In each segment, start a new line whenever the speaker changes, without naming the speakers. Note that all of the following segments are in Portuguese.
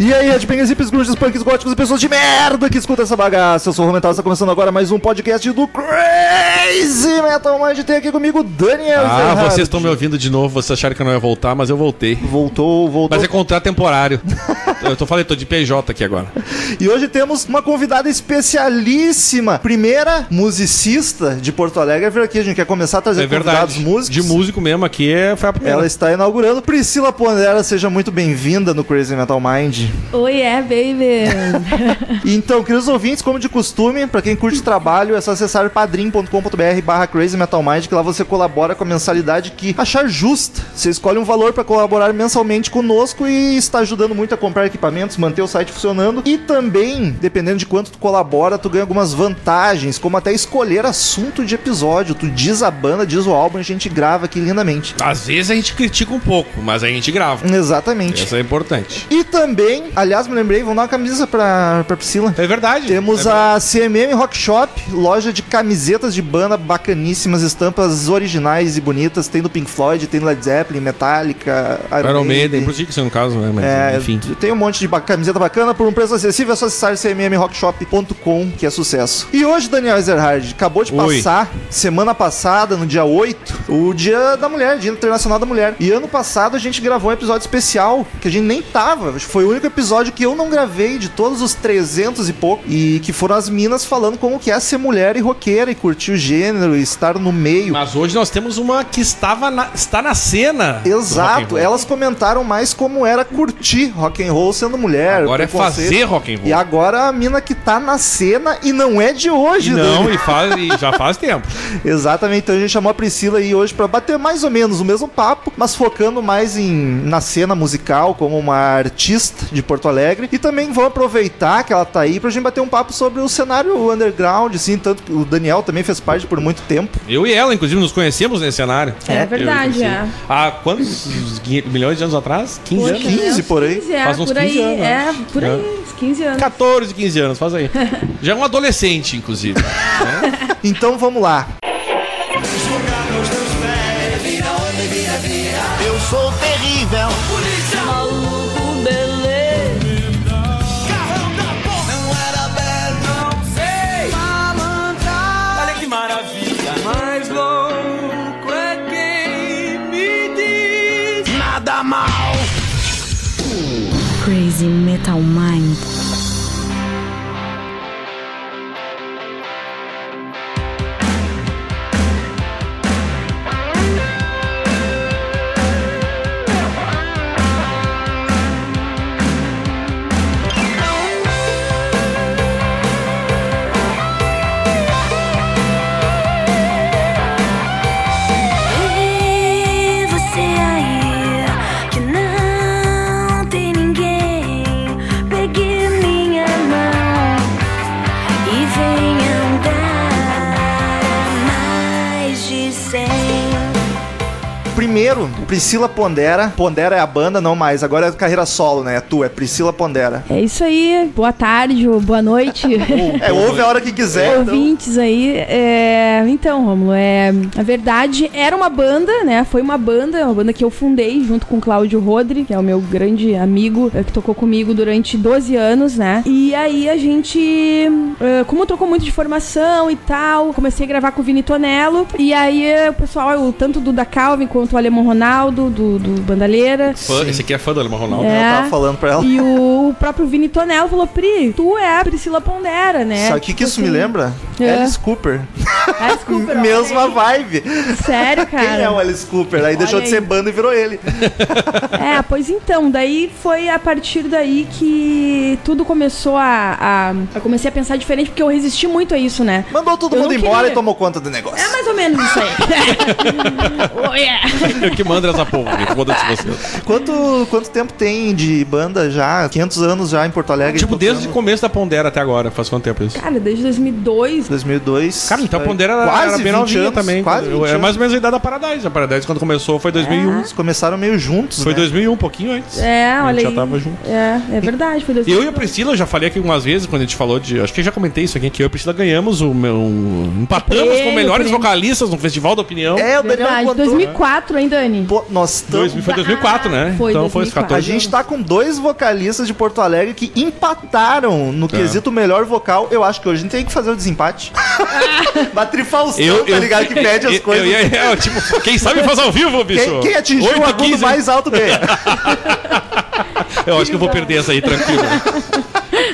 E aí, headbangers, hippies, grunges, punks, góticos e pessoas de merda que escutam essa bagaça. Eu sou o Romental, está começando agora mais um podcast do Crazy Metal Mind. Tem aqui comigo Daniel
Ah,
Zerhard.
vocês estão me ouvindo de novo, vocês acharam que eu não ia voltar, mas eu voltei.
Voltou, voltou.
Mas é contrato temporário. eu tô falando, tô de PJ aqui agora.
E hoje temos uma convidada especialíssima. Primeira musicista de Porto Alegre. Vem aqui, a gente quer começar a trazer
É
convidados
verdade.
músicos.
De músico mesmo aqui é- foi a primeira.
Ela está inaugurando. Priscila Pondera, seja muito bem-vinda no Crazy Metal Mind.
Oi, é, baby!
Então, queridos ouvintes, como de costume, pra quem curte trabalho, é só acessar padrim.com.br barra Crazy Metal Mind, que lá você colabora com a mensalidade que achar justa. Você escolhe um valor pra colaborar mensalmente conosco e está ajudando muito a comprar equipamentos, manter o site funcionando. E também, dependendo de quanto tu colabora, tu ganha algumas vantagens, como até escolher assunto de episódio. Tu diz a banda, diz o álbum, a gente grava aqui lindamente.
Às vezes a gente critica um pouco, mas a gente grava.
Exatamente.
Isso é importante.
E também, aliás, me lembrei, vamos dar uma camisa pra, pra Priscila.
É verdade.
Temos
é
a CMM Rock Shop, loja de camisetas de banda bacaníssimas, estampas originais e bonitas. Tem do Pink Floyd, tem do Led Zeppelin, Metallica,
verdade. Iron Maiden, por Dixon no caso, né? Mas,
É,
enfim.
Tem um monte de ba- camiseta bacana por um preço acessível. É só acessar cmmrockshop.com, que é sucesso. E hoje, Daniel Ezerhard, acabou de
Oi.
passar, semana passada, no dia 8, o Dia da Mulher, Dia Internacional da Mulher. E ano passado a gente gravou um episódio especial, que a gente nem tava. Acho que Foi o único episódio que eu não gravei de todos os 300 e pouco. E que foram as minas falando como que é ser mulher e roqueira e curtir o gênero e estar no meio.
Mas hoje nós temos uma que estava na, está na cena. do rock and
Exato,
roll.
elas comentaram mais como era curtir rock and roll sendo mulher.
Agora é
preconceito.
fazer rock and roll.
E agora a mina que tá na cena e não é de hoje,
Não,
Dani.
e, faz, e já faz tempo.
Exatamente, então a gente chamou a Priscila aí hoje pra bater mais ou menos o mesmo papo, mas focando mais em na cena musical como uma artista de Porto Alegre. E também vamos aproveitar que ela tá aí pra gente bater um papo sobre o cenário underground, assim, tanto que o Daniel também fez parte por muito tempo.
Eu e ela, inclusive, nos conhecemos nesse cenário.
É
Eu e
verdade,
você.
é.
Há quantos quin- milhões de anos atrás? 15
Poxa,
anos?
né?
15 por aí.
15, é,
Faz uns
por
15
aí,
anos,
é,
acho.
por
É.
aí, uns 15 anos.
14, 15 anos, faz aí. Já é um adolescente, inclusive.
Então vamos lá.
Eu sou terrível.
é
Nada mal.
Crazy Metal Mind.
E você aí que não tem ninguém, pegue minha mão e venha andar mais de cem.
Primeiro, Priscila Pondera. Pondera é a banda, não mais. Agora é carreira solo, né? É tu, é Priscila Pondera.
É isso aí, boa tarde, ou boa noite.
É, ouve a hora que quiser. então.
Ouvintes aí, é, então, Romulo, é, na verdade era uma banda, né? Foi uma banda, uma banda que eu fundei junto com o Cláudio Rodri, que é o meu grande amigo, é, que tocou comigo durante 12 anos, né? E aí a gente, é, como trocou muito de formação e tal, comecei a gravar com o Vini Tonello, e aí é, o pessoal, o- tanto do da Calvin quanto o Alemão Ronaldo, do, do Bandaleira,
Fã- esse aqui é fã do Alemão Ronaldo.
É.
Eu tava falando pra ela.
e o próprio Vini Tonello falou, Pri, tu é a Priscila Pondera, né?
Sabe o que, que isso me lembra?
É.
Alice Cooper.
Ah, desculpa, não,
Mesma
peraí.
vibe.
Sério, cara?
Quem é o Alice Cooper? Aí deixou de
aí.
ser banda e virou ele.
É, pois então, daí foi a partir daí que tudo começou a. a- eu comecei a pensar diferente, porque eu resisti muito a isso, né?
Mandou todo
Eu
mundo
não
embora
queria.
e tomou conta do negócio.
É mais ou menos isso aí. oh, yeah.
Eu que mando essa porra, né? foda-se você.
Quanto, quanto tempo tem de banda já? 500 anos já em Porto Alegre?
Tipo, desde o
tocando?
começo da Pondera até agora, faz quanto tempo isso?
Cara, desde 2002.
2002.
Cara, então a
Aí,
Pondera era,
quase
era bem
20
novinha
anos,
também.
Quase 20
Eu- é
anos.
mais ou menos a idade da Paradise. A Paradise, quando começou, foi 2001.
Eles começaram meio juntos,
Foi
né?
2001, um pouquinho antes.
É,
A
olha
gente
aí.
já tava junto.
É, é verdade, foi
Eu
2002.
e a Priscila, eu já falei aqui algumas vezes quando a gente falou de. Acho que eu já comentei isso aqui, que eu e a Priscila ganhamos o meu. um, Empatamos
Prêmio,
com melhores
prêmio.
vocalistas no Festival da Opinião.
É, o Daniel
Verdade,
contou.
2004 2004, hein, Dani?
Pô, nós estamos.
Dois, foi 2004, né?
Foi
então foi
2004.
os 14.
A gente tá com dois vocalistas de Porto Alegre que empataram no
Tá.
quesito melhor vocal. Eu acho que hoje a gente tem que fazer o desempate. Batri Faustão,
Eu,
tá
eu-
ligado? Que pede as
eu-
coisas.
Eu, eu- eu- tipo, quem sabe faz ao vivo, bicho?
quem, quem atingiu
Oito,
o agudo
15.
mais alto ganha.
Eu acho que eu vou perder essa aí, tranquilo.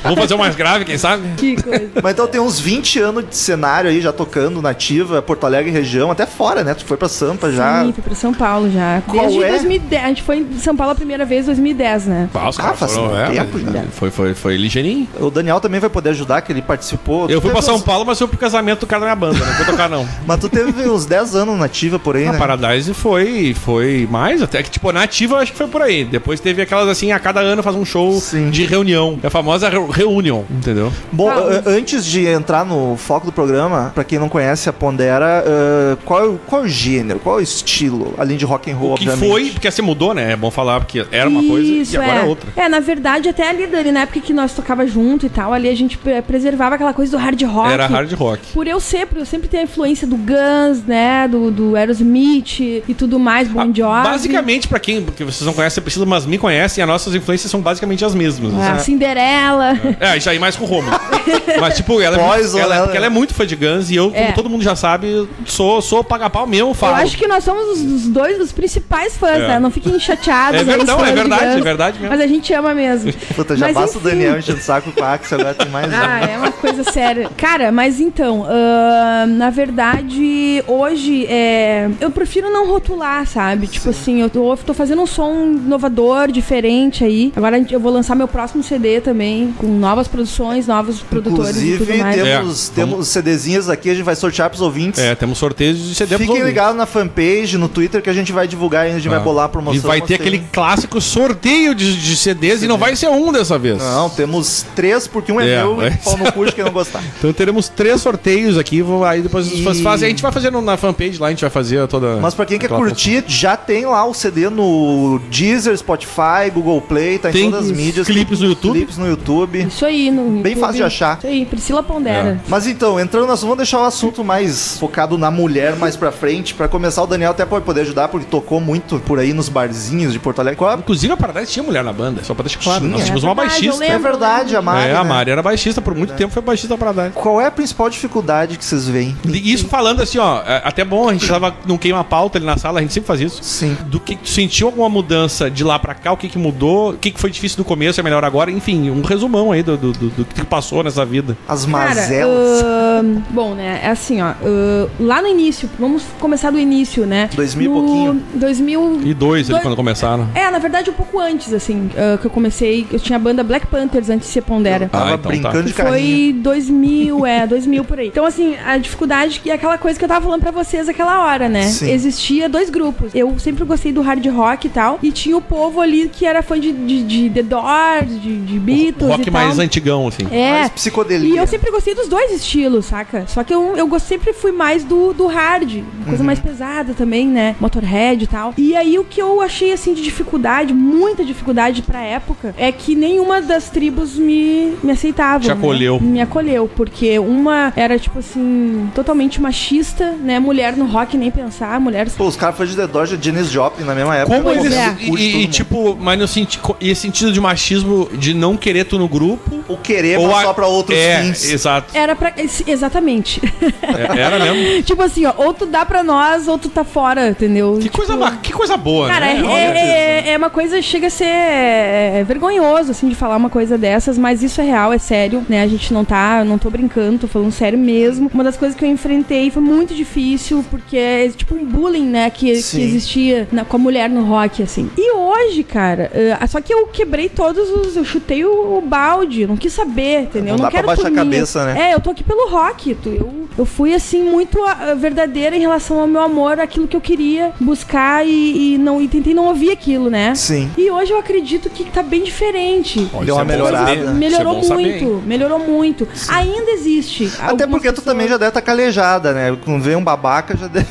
Vou fazer o mais grave, quem sabe?
Que coisa.
Mas então tem uns 20 anos de cenário aí, já tocando nativa, Porto Alegre região, até fora, né? Tu foi pra Sampa já.
Sim, fui pra São Paulo já.
Qual
Desde
é?
2010. A gente foi em São Paulo a primeira vez em 2010, né?
Ah, os
Ah,
caras
faz
foram,
um tempo
mas-
já.
Foi, foi, foi ligeirinho.
O Daniel também vai poder ajudar, que ele participou.
Eu
Tu
fui um pra
teve
São
uns-
Paulo, mas foi pro casamento do cara da minha banda. Não vou tocar, não.
Mas tu teve uns 10 anos nativa por aí,
A
né?
Paradise foi, foi mais, até que, tipo, na ativa eu acho que foi por aí. Depois teve aquelas assim, a cada ano faz um show
Sim.
de reunião. É a famosa reu- reunião, entendeu?
Bom,
Ah,
a- a- antes de entrar no foco do programa, pra quem não conhece a Pondera, ah, qual, é o- qual é o gênero, qual é o estilo, além de rock and roll,
O que
obviamente?
foi, porque assim mudou, né? É bom falar, porque era uma coisa e agora é outra.
É, na verdade, até ali, Dani, na época que nós tocava junto e tal, ali a gente pre- preservava aquela coisa do hard rock.
Era hard rock.
Por eu ser, por eu sempre ter a influência do Guns, né, do, do Aerosmith e tudo mais, Bon Jovi.
Ah, Basicamente, pra quem porque vocês não conhecem, precisa, mas me conhecem, as nossas influências são basicamente as mesmas.
Ah,
assim.
Cinderela.
É, já ir mais com o Romulo. mas, tipo, ela é,
Poison,
muito, ela, é-
né?
porque ela é muito fã de Guns e eu, como
É.
todo mundo já sabe, sou, sou paga-pau mesmo, falo.
Eu acho que nós somos os, os dois dos principais fãs,
É.
né? Não fiquem chateados.
É
aí,
verdade,
falando
é
de
verdade, é
Guns,
verdade mesmo.
Mas a gente ama mesmo.
Puta, já
Mas
passa
enfim.
o Daniel enchendo o saco com a Axel, agora tem mais
Ah,
um.
é uma coisa séria. Cara, mas então, ahn, na verdade, hoje é, eu prefiro não rotular, sabe? Tipo assim, eu tô, tô fazendo um som inovador, diferente aí. Agora a gente- eu vou lançar meu próximo CD também, com novas produções, novos produtores e tudo
Inclusive,
mais.
É,
temos,
vamos-
temos CDzinhas aqui, a gente vai sortear pros ouvintes.
É, temos sorteios de CD pros
Fiquem
ouvintes.
ligados na fanpage, no Twitter, que a gente vai divulgar e a gente vai
Ah.
bolar a promoção.
E vai ter
Você-
aquele clássico sorteio de, de CDs e não vai ser um dessa vez.
Não, temos três, porque um é,
É,
meu e
mas-
pau no cu de quem não gostar.
Então teremos três sorteios aqui, vou- aí depois
E-
as pessoas fazem. A gente vai fazer no- na fanpage lá, a gente vai fazer toda.
Mas pra quem é quer
É. aquela
curtir, já tem lá o CD no Deezer, Spotify, Google Play, tá em
Tem
todas as mídias.
clipes no YouTube?
Clipes no YouTube.
Isso aí, no
Bem
YouTube.
fácil de achar.
Isso aí, Priscila Pondera.
Mas então, entrando no assunto, vamos deixar o assunto mais focado na mulher mais pra frente. Pra começar, o Daniel até pode poder ajudar, porque tocou muito por aí nos barzinhos de Porto Alegre. Qual a...
Inclusive a Paradise tinha mulher na banda, só pra deixar claro.
Tinha.
Nós tínhamos uma
É verdade, eu
baixista.
É
lembro.
verdade, a Mari.
é, a
né? É.
Mari era baixista, por muito tempo foi baixista da Paradise.
Qual é a principal dificuldade que vocês veem?
E isso falando assim, ó, é até bom, a gente tava num queima-pauta ali na sala, a gente sempre faz isso.
Sim.
Do que tu sentiu alguma mudança de lá pra cá, o que que mudou, o que que foi difícil no começo, é melhor agora, enfim, um resumão aí do, do, do- do que tu passou nessa vida.
As
Cara, ah,
mazelas.
ahn, bom, né? É assim, ó. ahn, lá no início, vamos começar do início, né?
2000 e
No
pouquinho.
2000
E dois ali
Dois-
quando começaram.
É, na verdade, um pouco antes, assim, ah, que eu comecei. Eu tinha a banda Black Panthers antes de ser Pondera.
Tava
então tá.
brincando de carrinho.
Foi 2000, é, 2000 por aí. Então, assim, a dificuldade e aquela coisa que eu tava falando pra vocês aquela hora, né?
Sim.
Existia dois grupos. Eu sempre gostei do hard rock e tal. E tinha o povo ali que era fã de, de, de The Doors, de, de Beatles. e
rock
tal.
mais antigão, assim.
É,
Mais psicodelia.
e eu sempre gostei dos dois estilos, saca? Só que eu, eu gosto- sempre fui mais do, do hard, coisa
Uhum.
mais pesada também, né? Motorhead e tal. E aí o que eu achei, assim, de dificuldade, muita dificuldade pra época, é que nenhuma das tribos me, me aceitava.
Te
né?
acolheu.
Me acolheu, porque uma era, tipo assim, totalmente machista, né? Mulher no rock nem pensar, mulher.
Pô, os caras foram de The Doors e Janis Joplin na mesma época. né?
Como
Pois
eles.
é.
E, e, tipo, mas no senti co- e esse sentido de machismo de não querer tu no grupo.
O querer mas só pra outros
é,
fins.
Exato.
Era pra. ex- Exatamente.
É, era mesmo.
tipo assim, ó, ou tu dá pra nós, ou tu tá fora, entendeu?
Que
Tipo,
coisa, ma- que coisa boa,
Cara,
né?
é, é- é- é uma coisa, chega a ser é, é vergonhoso, assim, de falar uma coisa dessas, mas isso é real, é sério, né? A gente não tá, eu não tô brincando, tô falando sério mesmo. Uma das coisas que eu enfrentei foi muito difícil, porque é tipo um bullying, né, que, que
Sim.
existia na- com a mulher no rock, assim. E hoje, cara, eh, só que eu quebrei todos os. Eu chutei o, o balde, não quis saber, entendeu?
Não
Eu
dá pra
quero
baixar a
turminha.
cabeça, né?
É, eu tô aqui pelo rock. tu- Eu, eu fui, assim, muito ah, ah, verdadeira em relação ao meu amor, aquilo que eu queria buscar e, e não, e tentei não ouvir aquilo, né?
Sim.
E hoje eu acredito que tá bem diferente.
Ó, isso
Deu uma
é bom
melhorada.
saber, né? Isso
Melhorou
é bom saber,
muito,
hein?
melhorou muito. Ainda existe.
Até
algumas
porque tu
pessoas-
tá também já deve estar calejada, né? Quando vem um babaca, já deve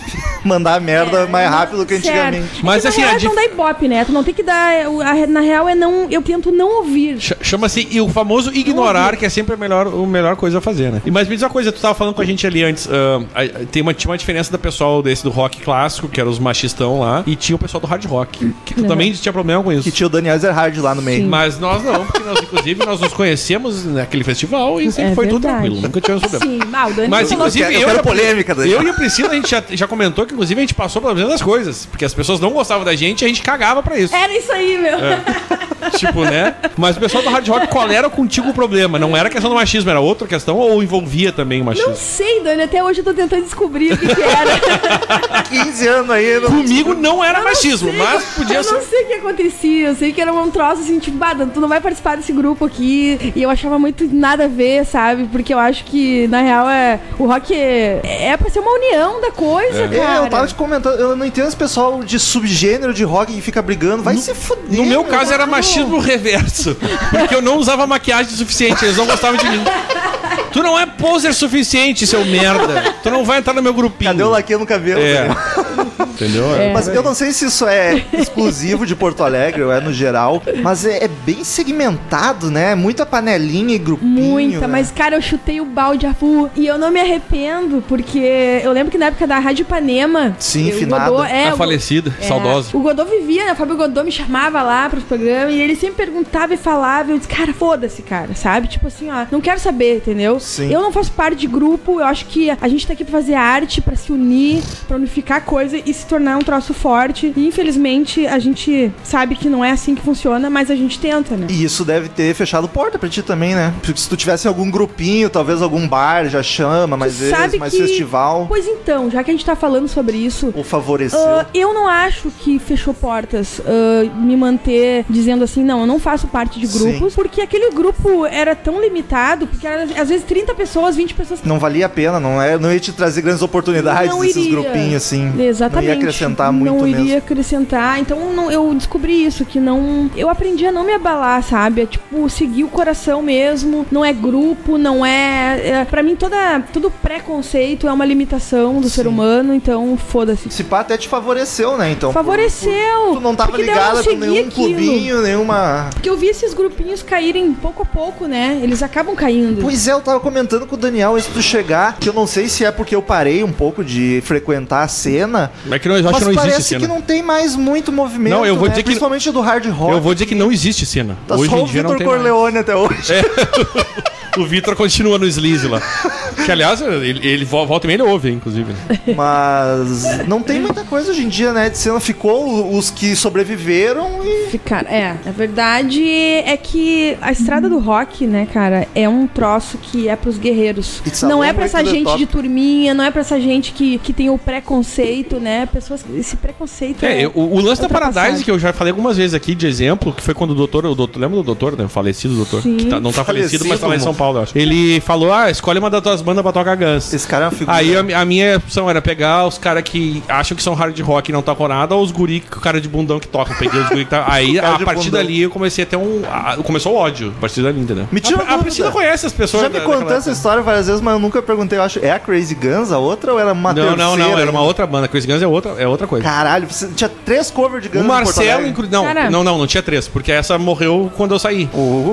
mandar a merda mais é rápido do que antigamente.
É, Certo.
Mas,
Mas
assim,
assim, na
a
real,
dif-
não dá ibope, né? Tu não tem que dar. o- a- na real, é não. Eu tento não ouvir.
Ch- Chama-se e o famoso ignorar, que é sempre a melhor, a melhor coisa a fazer, né? E, mas me diz uma coisa, tu tava falando com a gente ali antes, ah, a- tem uma, tinha uma diferença da pessoal desse do rock clássico, que era os machistão lá, e tinha o pessoal do hard rock, que tu
Uhum.
também tinha problema com isso.
Que tinha o Daniel Zerhard lá no meio.
Mas nós não, porque nós, inclusive, nós nos conhecemos naquele festival e sempre
É
foi tudo
verdade.
tranquilo, nunca tivemos problema.
Sim, Assim, mal, o Dani
Mas, assim,
falou
inclusive,
Eu quero- eu
eu,
quero
e a Pri-
polêmica, Dani.
Eu e a Priscila, a gente já, já comentou que, inclusive, a gente passou pela mesma das coisas. Porque as pessoas não gostavam da gente e a gente cagava pra isso.
Era isso aí, meu.
É. Tipo, né? Mas o pessoal do hard rock, qual era contigo o problema? Não era questão do machismo, era outra questão ou envolvia também o
Não
machismo?
sei, Dani, até hoje eu tô tentando descobrir o que, que era.
15 anos aí. não-
Comigo não era
Eu
É
não
machismo,
sei,
mas podia
Eu não
ser. um
sei o que acontecia, eu sei que era um troço assim, tipo, bah, Dan, tu não vai participar desse grupo aqui. E eu achava muito nada a ver, sabe? Porque eu acho que, na real, é o rock é, é pra ser uma união da coisa, cara.
É, eu tava te comentando, eu não entendo esse pessoal de subgênero de rock que fica brigando, vai se fuder. né?
No meu caso era machismo reverso. Porque eu não usava maquiagem suficiente, eles não gostavam de mim. Tu não é poser suficiente, seu merda. Tu não vai entrar no meu grupinho.
Cadê o laquinho no cabelo?
assim. É.
Daniel?
Entendeu?
É.
Mas eu não sei se isso é exclusivo de Porto Alegre ou é no geral, mas é, é bem segmentado, né? Muita panelinha e grupinho.
Muita,
né?
mas cara, eu chutei o balde a full e eu não me arrependo, porque eu lembro que na época da Rádio Ipanema.
Sim,
o
finada.
Godô, é,
a
o-
falecida,
é,
saudosa.
O Godô vivia, né? O Fábio Godô me chamava lá pros programas e ele sempre perguntava e falava. E eu disse, cara, foda-se, cara, sabe? Tipo assim, ó, não quero saber, entendeu?
Sim.
Eu não faço parte de grupo, eu acho que a gente tá aqui pra fazer arte, pra se unir, pra unificar a coisa e se tornar um troço forte. E infelizmente a gente sabe que não é assim que funciona, mas a gente tenta, né?
E isso deve ter fechado porta pra ti também, né? Porque se tu tivesse algum grupinho, talvez algum bar já chama, mas
Tu
eles,
sabe
mais
que-
festival,
Pois então, já que a gente tá falando sobre isso,
ou favoreceu.
ah, eu não acho que fechou portas ah, me manter dizendo assim, não, eu não faço parte de grupos, porque aquele grupo era tão limitado, porque era, às vezes 30 pessoas, 20 pessoas.
Não valia a pena, não, é, não ia te trazer grandes oportunidades
Não
esses
iria.
grupinhos, assim.
Exatamente.
Não ia acrescentar muito
Não iria
mesmo.
acrescentar. Então não- eu descobri isso, que não. Eu aprendi a não me abalar, sabe? É tipo, seguir o coração mesmo. Não é grupo, não é. é pra mim, toda, todo preconceito é uma limitação do ser humano, então foda-se.
Esse pá até te favoreceu, né? Então.
Favoreceu!
Tu não tava
porque daí eu não
ligada com
segui
nenhum
aquilo.
clubinho, nenhuma.
Porque eu vi esses grupinhos caírem pouco a pouco, né? Eles acabam caindo.
Pois é, eu tava comentando com o Daniel antes de tu chegar, que eu não sei se é porque eu parei um pouco de frequentar a cena,
Mas é que não, eu acho
mas
que não existe
parece
cena.
que não tem mais muito movimento,
Não, eu vou
né?
dizer que-
principalmente do hard rock.
Eu vou dizer que não existe cena.
Tá
Hoje
só
em
o
dia não
Vitor
tem mais.
Corleone até hoje.
O Vitor continua no Slize lá. Que, aliás, ele, ele vo- volta e meia ele ouve, inclusive.
Mas não tem muita coisa hoje em dia, né? De cena ficou os que sobreviveram e.
Cara, é. A verdade é que a estrada do rock, né, cara, é um troço que é pros guerreiros.
It's a
Não é
long
pra
way
essa
to the
gente
top.
de turminha, não é pra essa gente que, que tem o preconceito, né? Pessoas. Esse preconceito.
É, eu- o, o lance da
ultrapassado.
Paradise, que eu já falei algumas vezes aqui de exemplo, que foi quando o doutor, o doutor lembra do doutor, né? O falecido doutor,
Sim.
que tá- não tá falecido,
Falecido,
mas tá lá em
amor.
São Paulo, eu acho. Ele falou: ah, escolhe uma das tuas bandas pra tocar Guns.
Esse cara é uma figura.
Aí a, mi- a minha opção era pegar os caras que acham que são hard rock e não tocam nada, ou os guri que o cara de bundão que toca. Eu Peguei os guri que tá. Aí,
cara
a
de
partir
bundão.
dali, eu comecei a ter um. a- começou o ódio. A partir dali, entendeu?
Me tira uma
a, a
dúvida.
Priscila conhece as
Tu
pessoas.
já me
da- daquela
contou essa
época.
história várias vezes, mas eu nunca perguntei, eu acho. É a Crazy Guns a outra ou era uma
Não,
terceira?
não, não. Era uma outra banda. Chris Guns é outra, é outra coisa.
Caralho, você tinha três covers de Guns
O
em Porto
Marcelo,
Alegre.
inclu... não,
Cara.
não, não, não tinha três, porque essa morreu quando eu saí.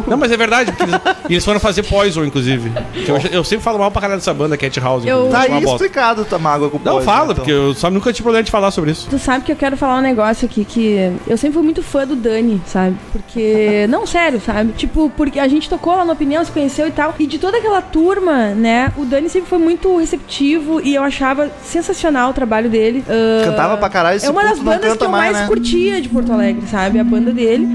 Não, mas é verdade, porque eles, e eles foram fazer Poison, inclusive. Que eu, eu sempre falo mal pra caralho dessa banda, Cat House.
Eu-
inclusive,
Tá
é uma
aí
bosta.
explicado tá mágoa com o
Não,
Poison,
fala,
então.
porque eu só nunca tive problema de falar sobre isso.
Tu sabe que eu quero falar um negócio aqui que eu sempre fui muito fã do Dani, sabe? Porque. Não, sério, sabe? Tipo, porque a gente tocou lá na opinião, se conheceu e tal. E de toda aquela turma, né? O Dani sempre foi muito receptivo e eu achava sensacional o trabalho dele. Ah,
Cantava pra caralho, esse
É uma das
puto não
bandas que
canta
eu
mais,
mais
né?
curtia de Porto Alegre, sabe? A banda dele.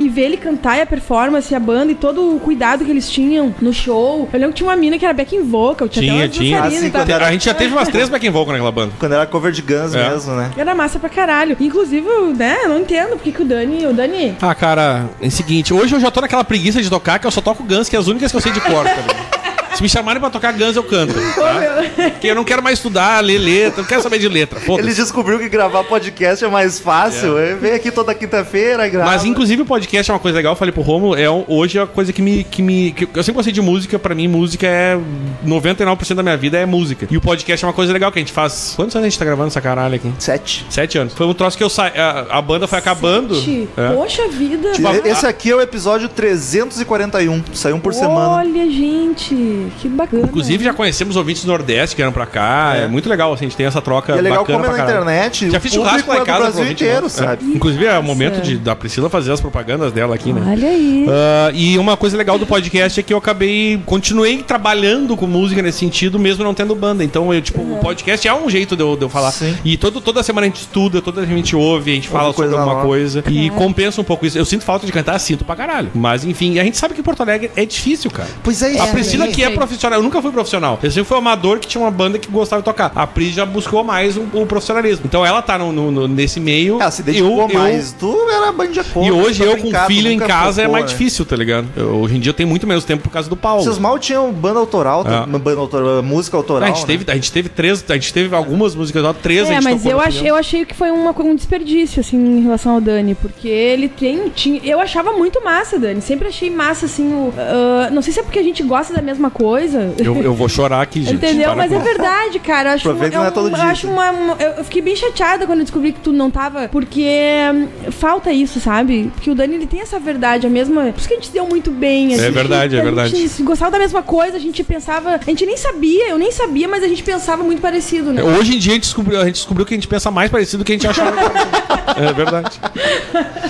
E ver ele cantar e a performance, e a banda e todo o cuidado que eles tinham no show. Eu lembro que tinha uma mina que era back in vocal, tinha,
Tinha,
até umas
tinha.
dançarinas tá?
Assim,
e tal.
quando era-
A gente já teve umas três back and vocal naquela banda.
Quando era cover de Guns
É.
mesmo, né?
Era massa pra caralho. Inclusive, eu, né, eu não entendo porque que o Dani. O Dani.
Ah, cara, é o seguinte, hoje eu já tô naquela preguiça de tocar que eu só toco Guns, que é as únicas que eu sei de cor, cara. Se Se me chamarem pra tocar Guns, eu canto. Tá? Porque eu não quero mais estudar, ler letra, não quero saber de letra. foda-se.
Ele descobriu que gravar podcast é mais fácil. É, Vem aqui toda quinta-feira, grava.
Mas inclusive o podcast é uma coisa legal, eu falei pro Romulo, é um- hoje é a coisa que me, que me que eu sempre gostei de música, pra mim música é 99% da minha vida é música. E o podcast é uma coisa legal que a gente faz. Quantos anos a gente tá gravando essa caralho aqui?
Sete.
Sete anos. Foi um troço que eu saí, a, a banda foi acabando.
Gente,
É.
Poxa vida.
Esse aqui é o episódio 341. Saiu um por semana.
Olha, gente, que bacana.
Inclusive já conhecemos ouvintes do Nordeste que vieram pra cá, é,
É.
muito legal, assim, a gente tem essa troca
E é legal
bacana
como é
pra
na
caralho.
internet.
Já
o
fiz churrasco
público
lá
é
em
do
casa
Brasil
provavelmente,
inteiro,
né?
sabe?
É. Inclusive é o momento de, da Priscila fazer as propagandas dela aqui, né?
Olha aí.
Ah, e uma coisa legal do podcast é que eu acabei. Continuei trabalhando com música nesse sentido, mesmo não tendo banda. Então, eu, tipo, o podcast é um jeito de eu, de eu falar.
Sim.
E todo, toda semana a gente estuda, toda a gente ouve, a gente fala
Ouve
sobre
coisa
alguma
nova.
coisa. E compensa um pouco isso. Eu sinto falta de cantar, sinto pra caralho. Mas enfim, a gente sabe que Porto Alegre é difícil, cara.
Pois é,
A
isso
Priscila
aí.
que é profissional, eu nunca fui profissional. Eu sempre fui um amador que tinha uma banda que gostava de tocar. A Pri já buscou mais o o profissionalismo. Então ela tá no- no- no- nesse meio.
Ela Ah, se dedicou mais. Tu era bandiacô.
é E hoje
tu
eu com
brincava,
filho em
tá nunca
casa é
tocou,
mais
né?
difícil, tá ligado? Eu- hoje em dia eu tenho muito menos tempo por causa do Paulo.
Vocês mal tinham banda autoral, tá?
É.
banda autoral, música
Não,
autoral. né?
a, gente teve, a gente teve três, a gente teve algumas músicas, ó, três a
É,
gente
mas
tocou
eu,
no
ach,
primeiro.
eu achei que foi uma, co- um desperdício, assim, em relação ao Dani, porque ele tem. Tinha, eu achava muito massa, Dani. Sempre achei massa, assim, o. ah, não sei se é porque a gente gosta da mesma coisa.
Eu, eu vou chorar aqui, gente.
Entendeu?
para
Mas
com
é
isso.
verdade, cara. Eu acho,
Aproveita que
eu,
não é todo
eu
dia,
acho
né?
uma, uma- eu eu fiquei bem chateada quando eu descobri que tu não tava, porque hum, falta isso, sabe? Porque o Dani ele tem essa verdade, a mesma. Por isso que a gente se deu muito bem. a
É
gente-
verdade, é
A
verdade.
gente se gostava da mesma coisa, a gente pensava. A gente nem sabia, eu nem sabia, mas a gente pensava muito parecido, né?
Hoje em dia a gente, descobriu, a gente descobriu que a gente pensa mais parecido do que a gente achava. é verdade.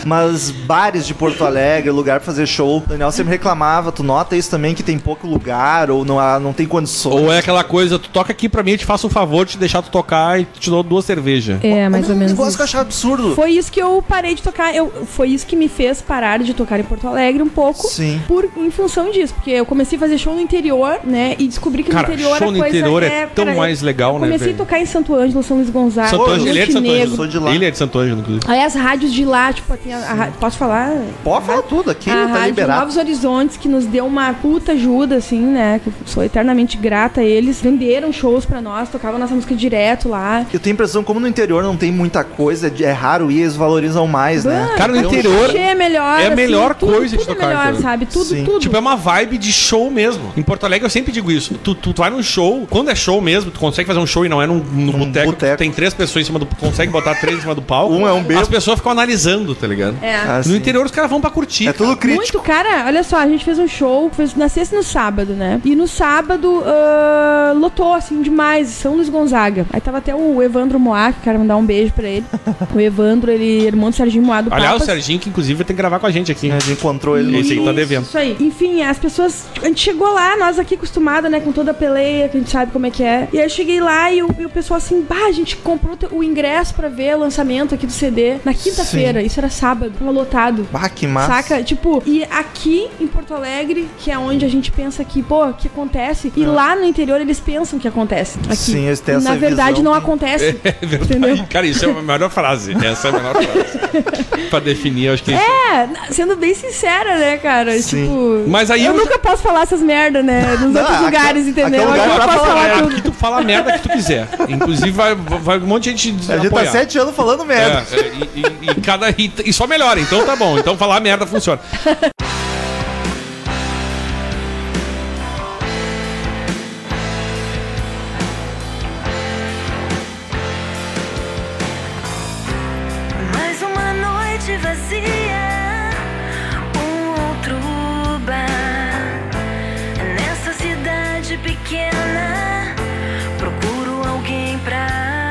Mas bares de Porto Alegre, lugar pra fazer show. O Daniel sempre reclamava, tu nota isso também, que tem pouco lugar, ou não, há- não tem condições.
Ou é aquela coisa, tu toca aqui pra mim, eu te faço um favor de te deixar tu tocar e te dou duas cervejas.
É,
Mas é um negócio que eu achava absurdo.
Foi isso que eu parei de tocar. Eu, foi isso que me fez parar de tocar em Porto Alegre um pouco.
Sim.
Por, em função disso. Porque eu comecei a fazer show no interior, né? E descobri que
Cara,
no interior
show
a
no
coisa
interior é tão
cara,
mais legal,
eu
né,
Comecei
velho?
a tocar em Santo Ângelo, São Luís Gonzaga,
Santo Ângelo, ele é de Santo
Eu
Ângelo.
sou de lá.
Ele é de Santo Ângelo, inclusive.
Aí as rádios de lá, tipo, tem a, a ra- posso falar?
Pode falar tudo aqui,
a
tá
rádio
liberado.
Novos Horizontes, que nos deu uma puta ajuda, assim, né? Que eu sou eternamente grata a eles. Venderam shows pra nós, tocavam nossa música direto lá.
Eu tenho a impressão, como no interior não tem muita coisa, é raro ir, eles valorizam mais, né?
Cara, no
Tem um
interior-
Achei é melhor.
é a melhor
tudo-
coisa de
tudo é
tocar,
melhor,
cara.
sabe? Tudo,
Sim.
tudo.
Tipo, é uma vibe de show mesmo. Em Porto Alegre eu sempre digo isso. Tu, tu, tu vai num show, quando é show mesmo, tu consegue fazer um show e não é num, num boteco.
boteco.
Tem três pessoas em cima do. Consegue botar três em cima do palco.
Um é um bêbado.
As pessoas ficam analisando, tá ligado?
É.
Ah,
No
sim.
interior os caras vão pra curtir.
É tudo crítico.
Muito, cara, olha só, a gente fez um show, fez na sexta e no sábado, né? E no sábado ah, lotou, assim, demais, São Luís Gonzaga. Aí tava até o Evandro Moá, que quero mandar um beijo pra ele. o Evandro, ele é irmão do Serginho Moá do
Aliás,
Papas.
o Serginho, que inclusive tem que gravar com a gente aqui.
né? A gente encontrou ele
Esse aí
no...
tá devendo.
Isso aí. Enfim, as pessoas. A gente chegou lá, nós aqui acostumados, né? Com toda a peleia, que a gente sabe como é que é. E aí eu cheguei lá e o, e o pessoal assim, bah, a gente comprou o- o ingresso pra ver o lançamento aqui do CD na quinta-feira. Isso era sábado, tava lotado.
Ah, que massa.
Saca? Tipo, e aqui em Porto Alegre, que é onde a gente pensa que, pô, o que acontece? E lá no interior eles pensam que acontece. Aqui.
Sim, eles têm
Na
É. essa
verdade,
visão
não
que-
acontece.
É verdade.
Entendeu?
Cara, isso é a melhor frase. Essa é a melhor frase. pra definir, eu acho que.
É, na- sendo bem sincera, né, cara?
Sim.
Tipo.
Mas aí
eu,
eu já-
nunca posso falar essas merda, né? Nos
Não,
outros
aqui-
lugares,
aqui é
entendeu?
lugar
Aqui eu
pra
posso
falar, né?
falar
É,
tudo.
aqui tu fala a merda que tu quiser. Inclusive, vai, vai um monte de gente.
A gente tá
apoiar.
sete anos falando
É,
merda.
é, e, e- e cada, e, e só melhora, então tá bom. Então falar merda funciona.
Mais uma noite vazia, um outro bar. Nessa cidade pequena, procuro alguém pra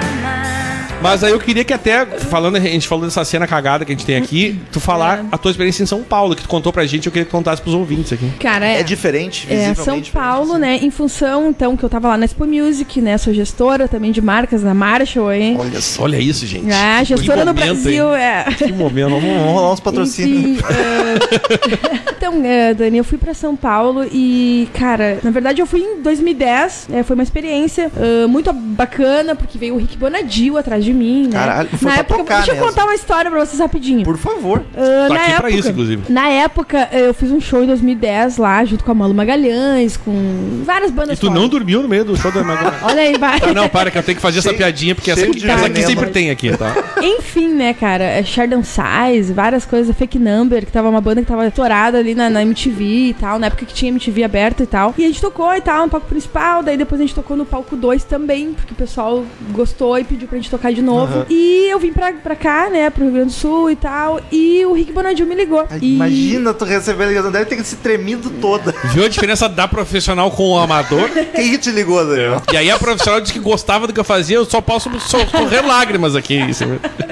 amar.
Mas aí eu queria que até, falando, a gente falou dessa cena cagada que a gente tem aqui, tu falar a tua experiência em São Paulo, que tu contou pra gente, eu queria que tu contasse pros ouvintes aqui.
Cara,
É, diferente,
É,
visivelmente.
São
diferente,
Paulo,
assim.
né? Em função, então, que eu tava lá na Expo Music, né? Sou gestora também de marcas na Marshall, hein?
Olha só.
Olha isso, gente.
Ah, gestora no Brasil, é.
Que momento.
Vamos rolar uns patrocínios.
Enfim, eh, então, eh, Dani, eu fui pra São Paulo e, cara, na verdade eu fui em 2010. eh, foi uma experiência eh, muito bacana, porque veio o Rick Bonadio atrás de de mim, né?
Caralho, foi
na
pra
época,
tocar
deixa eu
mesmo.
contar uma história pra vocês rapidinho.
Por favor.
Ah,
Tô
na
Tá aqui pra
época,
isso, inclusive.
Na época, eu fiz um show em 2010 lá, junto com a Malu Magalhães, com várias
E
bandas
tu
fodas.
não dormiu no meio do show da Magalhães?
Olha aí, vai.
Não, para que eu tenho que fazer essa
Cheio-
piadinha, porque essa,
cheio de
essa aqui
veneno.
sempre tem aqui, tá?
Enfim, né, cara? é Sheridan Size, várias coisas, Fake Number, que tava uma banda que tava estourada ali na, na MTV e tal, na época que tinha MTV aberta e tal. E a gente tocou e tal, no palco principal, daí depois a gente tocou no palco 2 também, porque o pessoal gostou e pediu pra gente tocar de novo.
Aham.
E eu vim pra, pra cá, né, pro Rio Grande do Sul e tal, e o Rick Bonadil me ligou.
Ai,
E-
Imagina tu recebendo a ligação. Deve ter se tremido toda.
Viu a diferença da profissional com o amador?
Quem que te ligou, Daniel?
E aí a profissional disse que gostava do que eu fazia, eu só posso só correr lágrimas aqui. Isso. é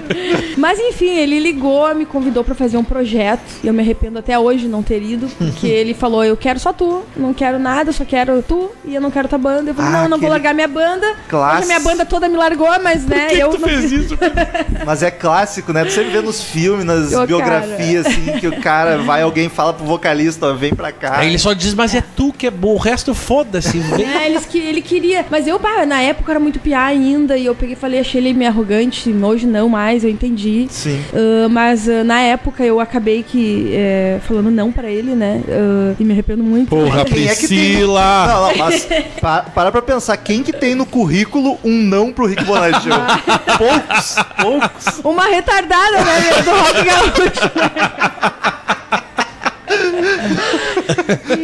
Mas enfim, ele ligou, me convidou pra fazer um projeto. E eu me arrependo até hoje de não ter ido, porque ele falou: Eu quero só tu, não quero nada, eu só quero tu e eu não quero tua banda. Eu falei:
Ah,
Não, não vou
aquele
largar minha banda.
clássico.
Hoje a minha banda toda me largou, mas né, eu não.
isso?
Mas é clássico, né? Tu sempre vê nos filmes, nas
Ô, cara.
biografias, assim, que o cara vai, alguém fala pro vocalista, ó, vem pra cá.
Aí ele só diz, mas é tu que é bom, o resto foda-se. vem.
É, eles que, ele queria. Mas eu, pá, na época eu era muito piá ainda, e eu peguei e falei, achei ele meio arrogante, hoje não mais, eu entendi.
Sim.
Ah, mas ah, na época eu acabei que é, falando não pra ele, né? Ah, e me arrependo muito.
Porra,
Quem é que tem-
Priscila!
Não, não, mas pa- para pra pensar, quem que tem no currículo um não pro Rick Bonadil? poucos, poucos.
Uma retardada, né, meu, do Rock Gaúcho.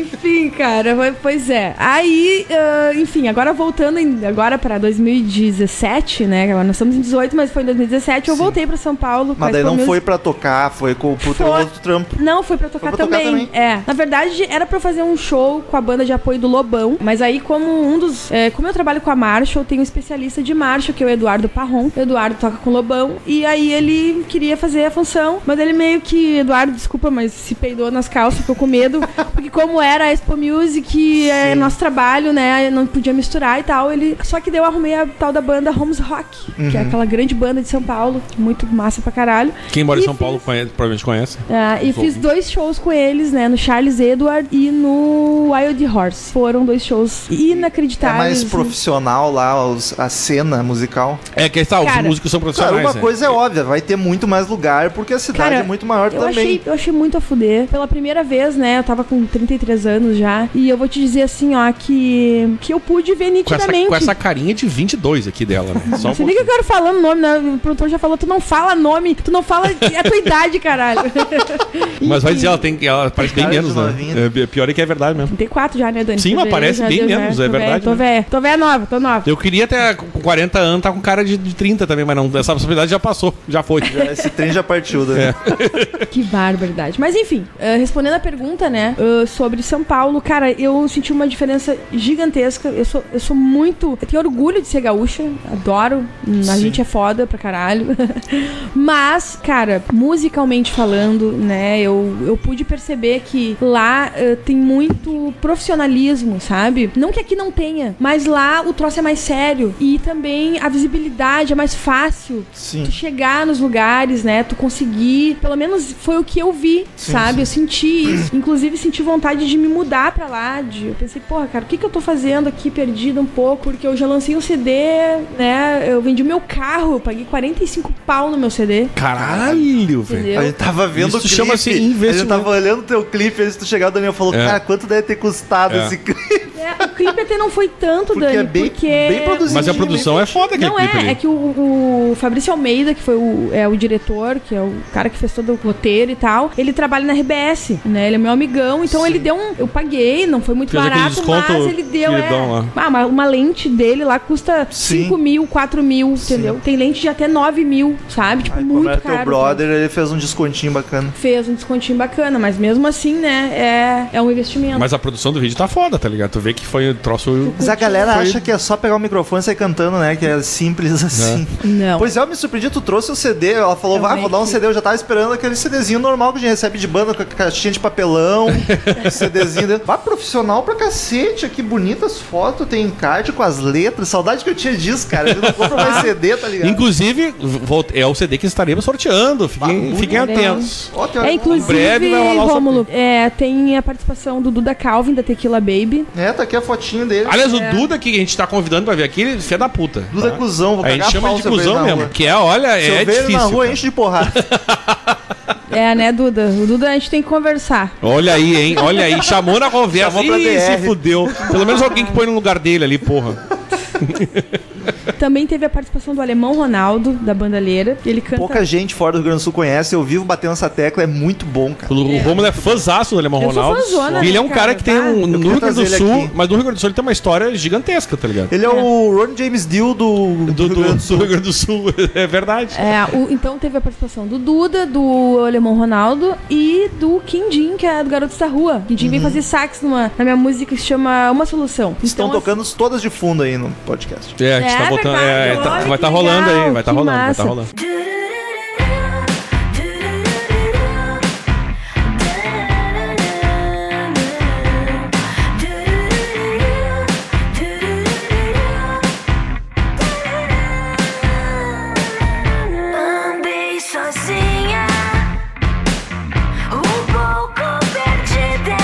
enfim, cara, mas- pois é. Aí, ah, enfim, agora voltando em- agora pra 2017, né? Agora nós estamos em 18, mas foi em 2017 eu voltei pra São Paulo. com a
Mas daí
Expo
não
Music.
foi pra tocar, foi com, pro teu
Foi.
outro trampo.
Não, foi pra tocar,
Foi pra tocar
também.
também.
É. Na verdade, era pra eu fazer um show com a banda de apoio do Lobão. Mas aí, como um dos. é, como eu trabalho com a Marshall, tem um especialista de Marshall, que é o Eduardo Parron. O Eduardo toca com o Lobão. E aí ele queria fazer a função. Mas ele meio que. Eduardo, desculpa, mas se peidou nas calças, ficou com medo. Porque como era a Expo Music, é nosso trabalho, né? Não podia misturar e tal. Ele. Só que daí eu arrumei a tal da banda Homes Rock, que é
Uhum.
aquela grande banda de São Paulo, muito massa pra caralho.
Quem mora em
E
São Paulo conhece- provavelmente conhece.
Ah, e
Os
fiz
ouvintes.
dois shows com eles, né? No Charles Edward e no Wild Horse. Foram dois shows
É
inacreditáveis.
mais
assim.
profissional lá, os- a cena musical.
É que tá, os
Cara,
músicos são
Claro,
profissionais.
uma
né?
coisa é óbvia, vai ter muito mais lugar, porque a cidade
Cara,
é muito maior
Eu
também.
achei, eu achei muito a fuder. Pela primeira vez, né? Eu tava com 33 anos já. E eu vou te dizer assim, ó, que, que eu pude
Com
ver
essa,
nitidamente.
com essa carinha de 22 aqui dela, né? Só um
Se liga que eu quero falando nome, né? O produtor já falou, tu não fala nome, tu não fala é a tua idade, caralho.
pouquinho. Mas vai dizer, ela tem ela parece bem
Cara de
menos, né?
novinha.
É, pior é que é verdade mesmo.
34 já, né, Dani?
Sim,
Tô
mas
velha,
parece
já
bem menos,
deu, né?
é
Tô velha,
verdade,
Tô
né?
velha, tô velha nova, tô nova.
Eu queria até com 40 anos tá com cara de de 30 também, mas não, essa possibilidade já passou, já foi.
Esse trem já partiu, né?
Que barbaridade. Mas enfim, ah, respondendo a pergunta, né, ah, sobre São Paulo, cara, eu senti uma diferença gigantesca. Eu sou, eu sou muito. Eu tenho orgulho de ser gaúcha, adoro. hum, A gente é foda pra caralho. Mas, cara, musicalmente falando, né, eu, eu pude perceber que lá ah, tem muito profissionalismo, sabe? Não que aqui não tenha, mas lá o troço é mais sério. E também a visibilidade é mais fácil
Sim.
tu chegar nos lugares, né? Tu conseguir. Pelo menos foi o que eu vi, sabe? Eu senti isso. Inclusive, senti vontade de me mudar pra lá. De... Eu pensei, porra, cara, o que, que eu tô fazendo aqui perdida um pouco? Porque eu já lancei um CD, né? Eu vendi o meu carro, eu paguei 45 pau no meu CD.
Caralho, velho.
A
Entendeu?
gente tava vendo
É. Isso
o clipe.
chama-se
a gente
investimento.
tava olhando teu clipe antes de tu chegar, o Daniel falou:
É.
Cara, quanto deve ter custado
É.
esse clipe?
É, o clipe até não foi tanto,
Porque
Dani,
é bem-
porque...
bem produzido. né?
Mas a produção é foda aquele
Não
clipe
é,
ali.
é que o, o Fabrício Almeida, que foi o, é, o diretor, que é o cara que fez todo o roteiro e tal, ele trabalha na RBS, né? Ele é meu amigão, então ele deu um. Eu paguei, não foi muito
Fez aquele
barato,
desconto
mas ele deu.
que
É,
dão lá.
ah, uma, uma lente dele lá custa
Sim.
5 mil, 4 mil,
Sim.
entendeu? Tem lente de até 9 mil, sabe? Tipo,
Aí, como
muito
era
caro.
teu brother, ele fez um descontinho bacana.
Fez um descontinho bacana, mas mesmo assim, né? É, é um investimento.
Mas a produção do vídeo tá foda, tá ligado? Tu vê que foi um troço.
Mas a galera
Foi-
acha que é só pegar o microfone e sair cantando, né? Que é simples assim.
Não.
Pois é, eu me surpreendi, tu trouxe o CD, ela falou,
Eu
vai,
vi
vou dar um
que-
CD, eu já tava esperando aquele CDzinho normal que a gente recebe de banda, com a caixinha de papelão, com o CDzinho dentro. Vai profissional pra cacete, aqui bonitas fotos, tem encarte com as letras, saudade que eu tinha disso, cara, eu não compro mais CD, tá ligado?
Inclusive, vol- é o CD que estaremos sorteando. Fiquem,
Bah,
fiquem
olha
atentos.
Ó, tem-
É,
Em breve
inclusive,
vai rolar o
Rômulo, é, tem a participação do Duda Calvin, da Tequila Baby.
É, tá aqui a fotinha dele.
Aliás, o Duda que a gente tá convidando pra vir aqui, ele é fé da puta.
Duda é
tá?
cuzão, vou
A gente
cagar
chama
pau
de
se eu ver ele
cuzão
na
mesmo.
rua.
Que é, olha,
Se eu
é
ver ele
difícil.
na rua,
cara.
enche de porrada.
É, né, Duda? O Duda a gente tem que conversar.
Olha aí, hein? Olha aí, chamou na conversa.
Chamou pra
Ih,
DR.
se fudeu. Pelo menos alguém que põe no lugar dele ali, porra.
Também teve a participação do alemão Ronaldo, da bandaleira. Ele canta.
Pouca gente fora do Rio Grande do Sul conhece, eu vivo batendo essa tecla, é muito bom, cara.
O Romulo é fãzaço do Alemão
Eu sou
Ronaldo.
fãzona,
e ele é
né,
um cara,
cara?
que tem um.
Eu
No
queria
Rio Grande do
trazer ele
Sul,
aqui.
mas no Rio Grande do Sul ele tem uma história gigantesca, tá ligado?
Ele é, o Ron James Dio do,
Do,
do Rio Grande do Sul.
Rio Grande do Sul, é verdade.
É, o- então teve a participação do Duda, do Alemão Ronaldo e do Quindim, que é do Garotos da Rua. Quindim
Uhum.
vem fazer sax numa, na minha música que se chama Uma Solução.
Estão
Então,
tocando todas de fundo aí no podcast.
É, a gente tá
É
botando.
verdade,
é, tá-
olha
vai
que
tá rolando
legal,
aí, vai tá
que
rolando, vai
massa.
tá rolando.
Andei sozinha, um pouco perdida.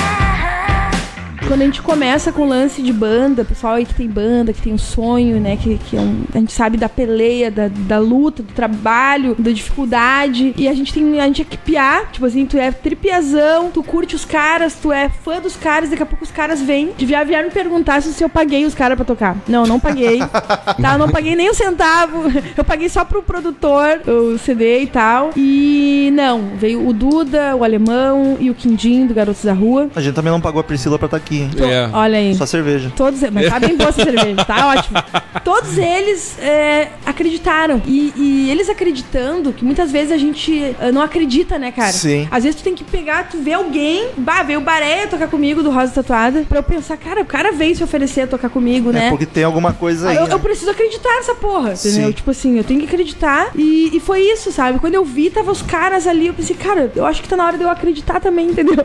Quando a gente começa com o lance de banda, o pessoal aí que tem banda, que tem um sonho, né? Que, que é um- a gente sabe da peleia, da, da luta, do trabalho, da dificuldade. E a gente tem. A gente é que piar, tipo assim, tu é tripiazão, tu curte os caras, tu é fã dos caras, daqui a pouco os caras vêm. Devia vier me perguntar se eu paguei os caras pra tocar. Não, não paguei. tá, eu não paguei nem um centavo. Eu paguei só pro produtor o CD e tal. E não, veio o Duda, o Alemão e o Quindim do Garotos da Rua.
A gente também não pagou a Priscila pra estar aqui, hein?
É.
Olha aí.
Só cerveja.
Todos eles, mas tá bem boa essa cerveja, tá ótimo. Todos eles é, acreditaram. E, e eles acreditando, que muitas vezes a gente eh, não acredita, né, cara?
Sim.
Às vezes tu tem que pegar, tu vê alguém, bah, veio o Bareia tocar comigo do Rosa Tatuada, pra eu pensar, cara, o cara veio se oferecer a tocar comigo,
É
né? Ah,
porque tem alguma coisa aí.
Eu,
né?
eu preciso acreditar nessa porra, entendeu?
Sim.
Tipo assim, eu tenho que acreditar. E, e foi isso, sabe? Quando eu vi, tava os caras ali, eu pensei, cara, eu acho que tá na hora de eu acreditar também, entendeu?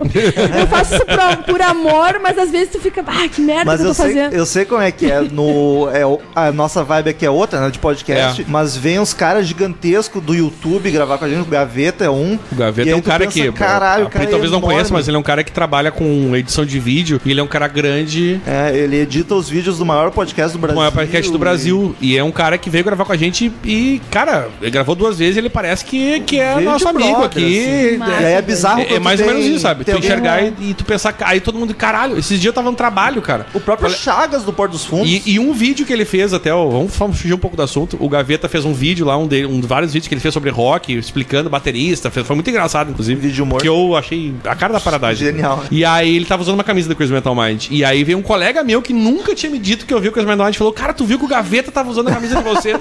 eu faço isso pra- por amor, mas às vezes tu fica, ah, que merda
Mas
que eu
eu
tô
sei,
fazendo.
eu sei como é que é. No, é o- a nossa vibe aqui é outra, né? De podcast.
É.
Mas vem uns caras gigantescos do YouTube gravar com a gente. O Gaveta é um.
O Gaveta
E
é
aí
um
tu
cara
pensa,
que.
Caralho,
a
o cara
Pri
é
talvez não
enorme."
conheça, mas ele é um cara que trabalha com edição de vídeo e ele é um cara grande.
É, ele edita os vídeos do maior podcast do Brasil.
Com a podcast do Brasil. E é um cara que veio gravar com a gente e, cara, ele gravou duas vezes e ele parece que, que é
Veio de
nosso amigo
brother,
aqui.
E aí é bizarro
É, é
quando
mais ou
tem-
menos isso, sabe? Tu
tem alguém-
enxergar e, e tu pensar. ca- Aí todo mundo, caralho, esses dias eu tava no trabalho, cara.
O próprio
Falei-
Chagas do Porto dos Fundos.
E, e um vídeo que ele fez até, ó, vamos fa- fugir um pouco do assunto. O Gaveta fez um vídeo lá, um, de, um vários vídeos que ele fez sobre rock, explicando baterista. fez- foi muito engraçado, inclusive.
Vídeo de humor.
Que eu achei a cara da paradagem.
Genial. né?
E aí ele tava usando uma camisa do Crazy Metal Mind. E aí veio um colega meu que nunca tinha me dito que eu vi o Crazy Metal Mind e falou: Cara, tu viu que o Gaveta tava usando a camisa de vocês?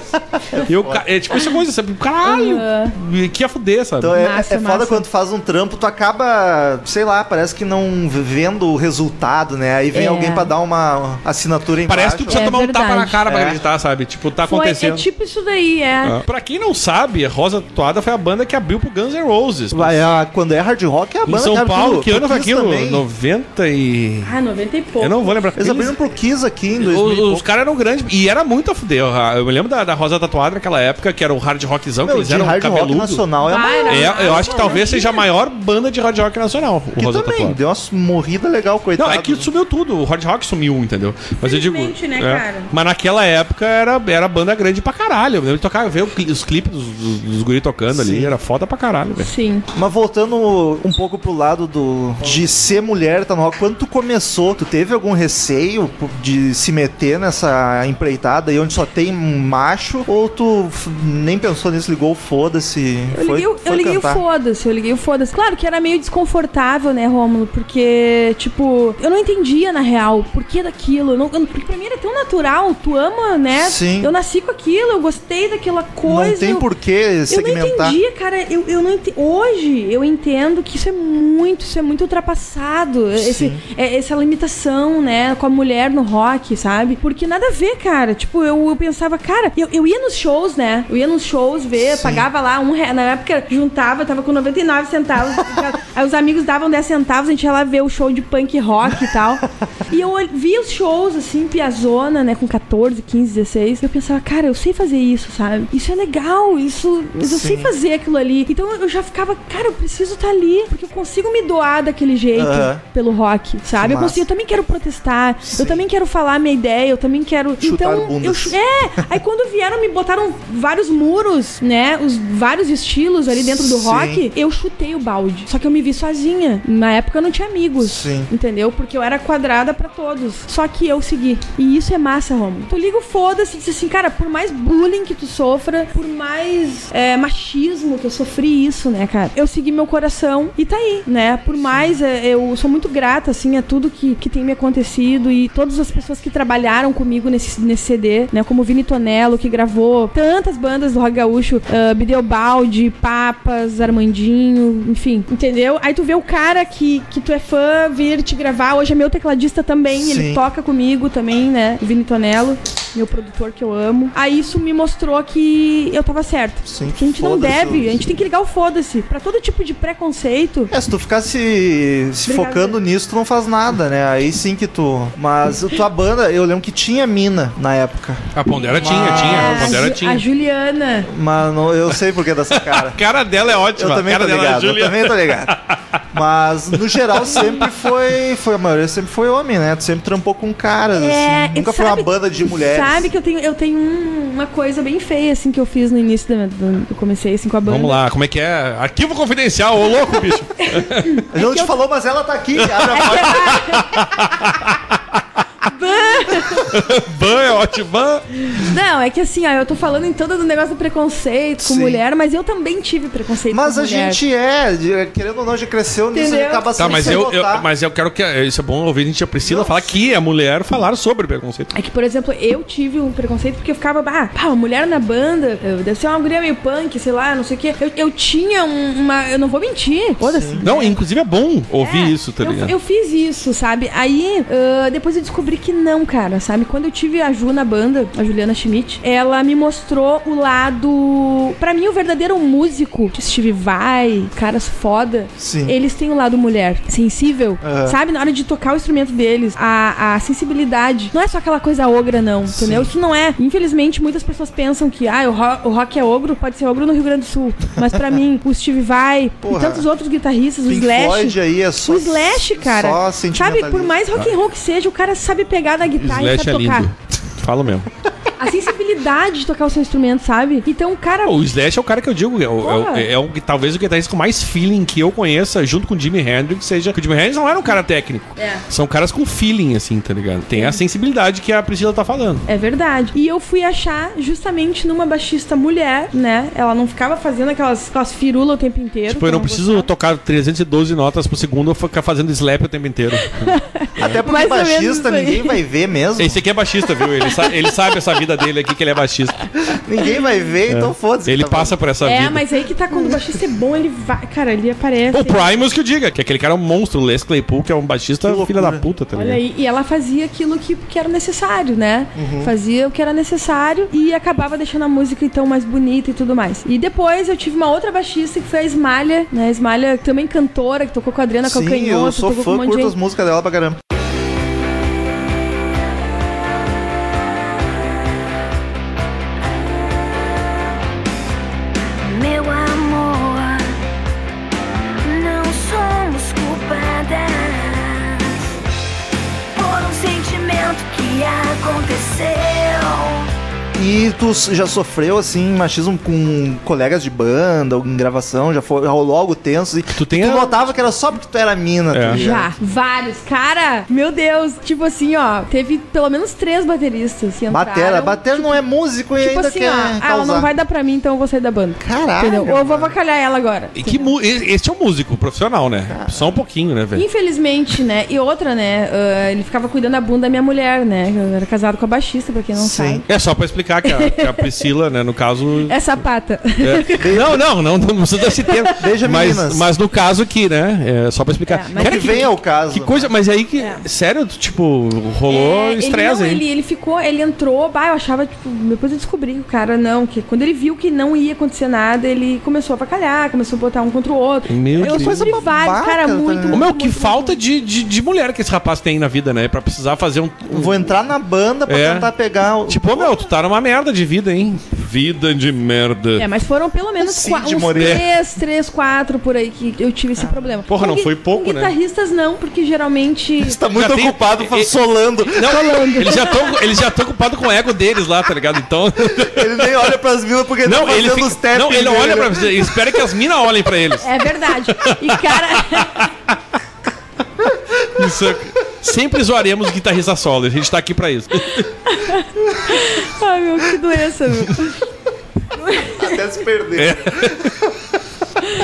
E eu, ca- é tipo essa coisa, sabe? Caralho, que ia fuder, sabe?
Então é,
Massa,
é foda
massa.
quando tu faz um trampo, tu acaba, sei lá, parece que não vendo o resultado, né? Aí vem
É.
alguém pra dar uma assinatura em
Parece que tu precisa
É
tomar um tapa na
verdade.
cara pra
É.
acreditar, sabe? Tipo, tá
Foi, é
acontecendo.
tipo isso daí, é.
Ah. Pra quem não sabe, Rosa Tatuada foi a banda que abriu pro Guns N' Roses.
Vai, a- quando é hard rock é a
Em
banda
São
abre
Paulo,
pro-
que ano
pro
foi
Kiss
aquilo?
também.
90 e.
Ah, 90 e pouco.
Eu não vou lembrar.
Eles abriram pro Kiss aqui em 2000.
Os,
e
os
pouco.
caras eram grandes. E era muito a fuder. Eu me lembro da, da Rosa Tatuada naquela época, que era o hard rockzão, que
Meu,
eles
de
eram
hard rock
cabeludo.
nacional é uma
Vai, né?
É, eu acho que talvez seja a maior banda de hard rock nacional, o
que
Rosa
também
Tatuada.
deu uma morrida legal, coitado.
Não, é que sumiu tudo, o hard rock sumiu, entendeu? Mas eu digo.
Infelizmente, né,
é.
cara?
Mas naquela época era, era banda grande pra caralho. Eu lembro de tocar, ver o cli- os clipes dos, dos, dos guri tocando ali, era foda pra caralho, velho.
Sim.
Mas voltando um pouco pro lado do de ser mulher, tá no rock, quando tu começou, tu teve algum receio por- de se meter nessa empreitada aí onde só tem macho? Ou tu f- nem pensou nisso, ligou, foda-se?
Eu liguei, o- eu liguei o foda-se, eu liguei o foda-se. Claro que era meio desconfortável, né, Rômulo? Porque, tipo, eu não entendia, na real, por que daquilo. Eu não- eu- porque pra mim era tão natural, tu ama, né?
Sim.
Eu nasci com aquilo, eu gostei daquela coisa.
Não tem
eu-
por que
Eu não
segmentar.
entendi, cara. Eu, eu não ente- Hoje eu entendo que isso é muito, isso é muito ultrapassado. Esse, é- essa limitação, né, com a mulher no rock, sabe? Porque nada a ver, cara. Tipo, eu, eu pensava, cara, eu, eu ia nos shows, né? Eu ia nos shows ver,
Sim.
pagava lá um real. Na época juntava, tava com 99 centavos. aí os amigos davam 10 centavos, a gente ia lá ver o show de punk rock e tal. e eu ol- vi os shows, assim, Piazona, né, com 14, 15, 16. E eu pensava, cara, eu sei fazer isso, sabe? Isso é legal, isso. Mas eu sei
Sim.
fazer aquilo ali. Então eu já ficava, cara, eu preciso estar ali. Porque eu consigo me doar daquele jeito
Aham.
pelo rock, sabe? Eu,
Massa.
consigo, eu também quero protestar.
Sim.
Eu também quero falar a minha ideia. Eu também quero.
Chutar
então,
bundas.
eu chu- é, aí quando vieram me botaram vários muros, né, os vários estilos ali dentro do
Sim.
rock, eu chutei o balde. Só que eu me vi sozinha. Na época eu não tinha amigos,
Sim.
entendeu? Porque eu era quadrada pra todos. Só que eu segui. E isso é massa, Romo. Tu liga o foda-se e diz assim, cara, por mais bullying que tu sofra, por mais é, machismo que eu sofri isso, né, cara? Eu segui meu coração e tá aí, né? Por mais é, eu sou muito grata, assim, a tudo que, que tem me acontecido e todas as pessoas que trabalharam comigo nesse, nesse CD, né? Como o Vini Tonello, que gravou tantas bandas do Rock Gaúcho, ah, Bideu Balde, Papas, Armandinho, enfim, entendeu? Aí tu vê o cara que, que tu é fã vir te gravar, hoje é meu tecladista também,
Sim.
ele toca comigo também, né? O Vini Tonello, meu produtor que eu amo. Aí isso me mostrou que eu tava certa.
Sim,
Que a gente não
foda-se.
deve, a gente tem que ligar o foda-se pra todo tipo de preconceito.
É, se tu ficar se, se
Obrigada.
focando nisso, tu não faz nada, né? Aí sim que tu. Mas a tua banda, eu lembro que tinha mina na época.
A Pondera tinha,
Mas-
tinha. A
a,
Pondera
Ju-
tinha.
a Juliana.
Mas não- eu sei por que dessa cara.
A cara dela é
Eu
ótima.
também
a
tô
cara dela é
ligado, eu
Juliana.
também tô ligado. Mas, no geral, sempre foi. foi a maioria sempre foi homem, né? Tu sempre trampou com caras, assim. Nunca foi uma
É, sabe-
banda de mulheres.
Sabe que eu tenho, eu tenho um- uma coisa bem feia, assim, que eu fiz no início da minha- do, Eu comecei, assim, com a banda.
Vamos lá, como é que é? Arquivo confidencial, ô louco, bicho.
Eu
é
não te falou, mas ela tá aqui. Abre a porta.
Ban é ótimo, ban.
Não, é que assim, ó, eu tô falando em todo o negócio do preconceito com
Sim.
mulher, mas eu também tive preconceito
Mas
com
a
mulher.
gente é, de- querendo ou não, já cresceu nisso, a gente
Entendeu?
acaba
Tá,
sem
mas
se
eu, eu-
botar.
mas eu quero que. Isso é bom ouvir a gente, a Priscila, falar que a mulher falaram sobre preconceito.
É que, por exemplo, eu tive um preconceito porque eu ficava, ah, pá, uma mulher na banda, eu- deve ser uma guria meio punk, sei lá, não sei o quê. Eu, eu tinha um- uma. Eu não vou mentir. Foda-se.
Não, inclusive é bom ouvir
É,
isso, tá
eu-
ligado?
Eu, fiz isso, sabe? Aí, ah, depois eu descobri que não, cara, sabe? Quando eu tive a Ju na banda, a Juliana Schmidt, ela me mostrou o lado... Pra mim, o verdadeiro músico, Steve Vai, caras foda,
Sim. É.
eles têm o lado mulher, sensível,
Aham.
sabe? Na hora de tocar o instrumento deles, a, a sensibilidade. Não é só aquela coisa ogra, não, entendeu? Isso não é. Infelizmente, muitas pessoas pensam que, ah, o, ro- o rock é ogro, pode ser ogro no Rio Grande do Sul. Mas pra mim, o Steve Vai
Porra.
e tantos outros guitarristas, o
Pink
Slash...
Floyd aí é só.
O Slash, cara.
Só
sabe, por
sentimentalismo.
mais rock and roll que seja, o cara sabe pegar na guitarra e
Slash é
sabe
lindo.
tocar.
Falo mesmo.
A sensibilidade de tocar o seu instrumento, sabe? Então, o cara.
O Slash é o cara que eu digo, é, o- é o-
Porra.
é o que talvez o guitarrista com mais feeling que eu conheça, junto com o Jimi Hendrix, seja. Que o Jimi Hendrix não era um cara técnico.
É.
São caras com feeling, assim, tá ligado? Tem a sensibilidade que a Priscila tá falando.
É verdade. E eu fui achar justamente numa baixista mulher, né? Ela não ficava fazendo aquelas, aquelas firulas o tempo inteiro.
Tipo, eu
que
não preciso
gostava.
tocar 312 notas por segundo ou ficar fazendo slap o tempo inteiro.
Até porque
Mais ou menos
baixista
isso aí.
ninguém vai ver mesmo.
Esse aqui é baixista, viu? Ele, sa- ele sabe essa vida dele aqui, que ele é baixista.
Ninguém vai ver, então foda-se.
É. Ele
Tá
passa por essa
É,
vida.
mas assim- aí que tá quando o baixista é bom, ele vai. Cara, ele aparece.
O Primus que eu diga, que aquele cara é um monstro, o Les Claypool, que é um baixista
Que
filha da
loucura.
puta, tá
Olha
ligado?
aí, e ela fazia aquilo que, que era necessário, né?
Uhum.
Fazia o que era necessário e acabava deixando a música então mais bonita e tudo mais. E depois eu tive uma outra baixista que foi a Esmalha, né? A Esmalha também cantora, que tocou com a Adriana
Sim,
Calcanhoto,
eu sou
tocou
fã,
com um monte de
curto as
gente.
músicas dela pra caramba.
Meu amor, não somos culpadas por um sentimento que aconteceu.
E tu s- já sofreu, assim, machismo com colegas de banda, ou em gravação, já foi, rolou algo tenso. E
Tu tem
tu
a-
notava que era só porque tu era mina,
É.
tá ligado?
Já, vários. Cara, meu Deus. Tipo assim, ó, teve pelo menos três bateristas que entraram.
Batera, batera não é músico e
Tipo
ainda
assim, ó,
quer
ah,
causar.
ela não vai dar pra mim, então eu vou sair da banda.
Caralho,
Entendeu? Ou eu vou
mano.
avacalhar ela agora.
E que mu- e- Este é um músico profissional, né? Só um pouquinho, né, velho?
Infelizmente, né? E outra, né? ah, ele ficava cuidando da bunda da minha mulher, né? Eu era casado com a baixista, pra quem não
Sim.
sabe.
É só pra explicar, brincar que a, que a Priscila, né, no caso.
É sapata.
é- Não, não, não, não precisa desse termo.
Beijo,
mas,
meninas.
mas no caso aqui, né? É, só pra explicar.
É, mas-
que vem né? ao caso.
Que coisa, mas aí que.
É.
Sério, tipo, rolou
É, ele
estresse
não,
aí.
Ele, ele ficou, ele entrou, bah, eu achava, tipo, depois eu descobri que o cara não, que quando ele viu que não ia acontecer nada, ele começou a facalhar, começou a botar um contra o outro.
Meu
eu
Deus.
descobri
Coisa
vários,
babaca,
cara,
né? Ô,
muito.
Ô,
muito,
meu,
muito,
que
muito,
falta
muito.
de, de, de mulher que esse rapaz tem na vida, né? Pra precisar fazer um. um-
Vou entrar na banda pra
É.
tentar pegar o.
Tipo, ô, meu, tu tá numa merda de vida, hein? Vida de merda.
É, mas foram pelo menos
Cid
qua- uns
Moreira.
três, três, quatro por aí que eu tive esse problema.
Ah. Porra,
Com
não
gui-
foi pouco,
com
né?
guitarristas não, porque geralmente...
Tá muito
Já tem-
ocupado
e-
fa- solando.
Não, eles já estão eles já tão ocupados com o ego deles lá, tá ligado? Então,
Ele nem olha pras minas porque
não,
tá
ele
fazendo
fica-
os tapping
não, ele
dele. né?
olha pra você, espera que as minas olhem pra eles.
É verdade. E cara,
Isso é- sempre zoaremos guitarrista solo, a gente tá aqui pra isso.
ai meu, que doença, meu.
Até se perder.
É.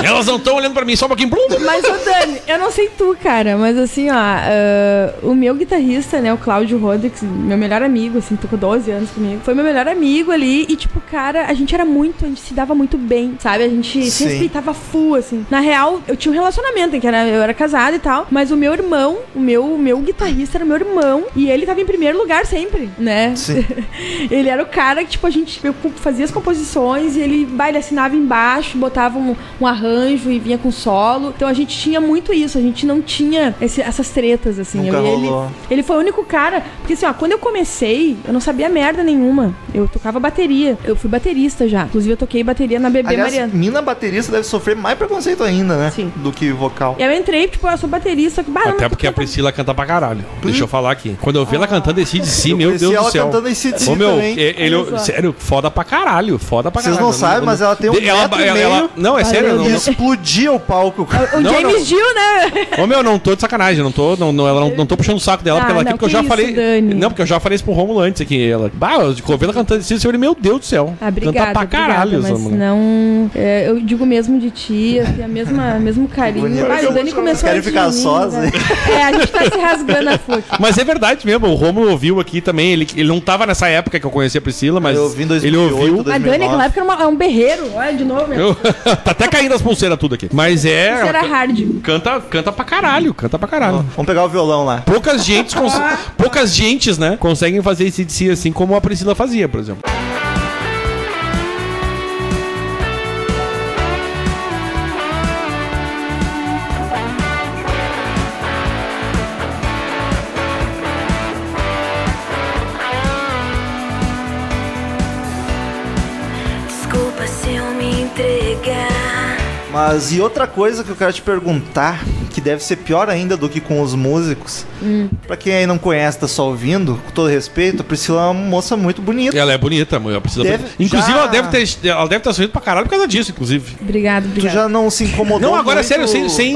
Elas não estão olhando pra mim, só um pouquinho. Blum, blum.
Mas, ô Dani, eu não sei tu, cara, mas assim, ó, ah, o meu guitarrista, né, o Cláudio Rodrigues, meu melhor amigo, assim, tocou 12 anos comigo, foi meu melhor amigo ali e, tipo, cara, a gente era muito, a gente se dava muito bem, sabe? A gente se
Sim.
respeitava full, assim. Na real, eu tinha um relacionamento, em que era, eu era casada e tal, mas o meu irmão, o meu, o meu guitarrista era o meu irmão e ele tava em primeiro lugar sempre, né?
Sim.
Ele era o cara que, tipo, a gente eu co- fazia as composições e ele, bah, ele assinava embaixo, botava um, um arranjo e vinha com solo. Então a gente tinha muito isso, a gente não tinha esse- essas tretas, assim.
Nunca
Eu- ele,
rolou.
ele foi o único cara. Porque assim, ó, quando eu comecei, eu não sabia merda nenhuma. Eu tocava bateria. Eu fui baterista já. Inclusive, eu toquei bateria na Bebê
Aliás,
Mariana.
mina baterista deve sofrer mais preconceito ainda, né?
Sim.
Do que vocal.
Eu entrei, tipo, eu sou baterista. Bah, não,
Até
mas tu
porque a
canta-
Priscila canta pra caralho. Deixa eu falar aqui. Quando eu vi ela cantando esse de si, meu
Esse
Deus
é. ela
do céu.
cantando esse
Ô, meu,
também.
e- ele,
Olha só.
sério, foda pra caralho, foda pra
Vocês
caralho.
não sabem, mas ela tem um metro e meio.
Não, é sério,
Valeu,
não,
E
não,
explodia o palco. cara.
O
Não,
James
não.
Dio, né?
Ô meu, não tô de sacanagem, não tô, não, não, ela não, não tô puxando o saco dela,
Ah,
porque ela aqui,
não,
porque eu
que
já
isso,
falei.
Dani.
Não, porque eu já falei isso pro Romulo antes aqui. Ela, bah, eu ouvi ela cantando isso, eu falei, meu Deus do céu.
Ah, obrigada,
canta pra caralho, essa
obrigada, mas
mulher.
não... é, eu digo mesmo de ti, eu tenho a mesma, mesmo carinho.
Bonito.
Vai, o Dani
Vocês
começou
querem
antes
ficar assim?
de mim,
sós,
né?
hein?
É, a gente tá se rasgando a FUC.
Mas é verdade mesmo, o Romulo ouviu aqui também, ele, ele não tava nessa época que eu conhecia a Priscila, mas
Ah, Eu ouvi em
ele
2008,
ouviu.
A Dani, naquela época, era uma- é um berreiro. Olha, de novo, né?
Eu- tá até caindo as pulseiras tudo aqui. Mas é.
Isso era hard.
Canta, canta pra caralho, canta pra caralho.
Vamos pegar o violão lá.
Poucas gentes, cons- poucas gentes, né, conseguem fazer esse de si assim como a Priscila fazia, por exemplo.
Desculpa se eu me entregar.
Mas e outra coisa que eu quero te perguntar, que deve ser pior ainda do que com os músicos.
Hum.
Pra quem aí não conhece, tá só ouvindo, com todo respeito, a Priscila é uma moça muito bonita.
Ela é bonita, mãe. Ela precisa.
Deve-
inclusive,
já-
ela deve ter. Ela deve estar sorrindo pra caralho por causa disso, inclusive.
Obrigado,
Tu
obrigado.
já não se incomodou
Não, agora é
muito?
sério, sem. sem-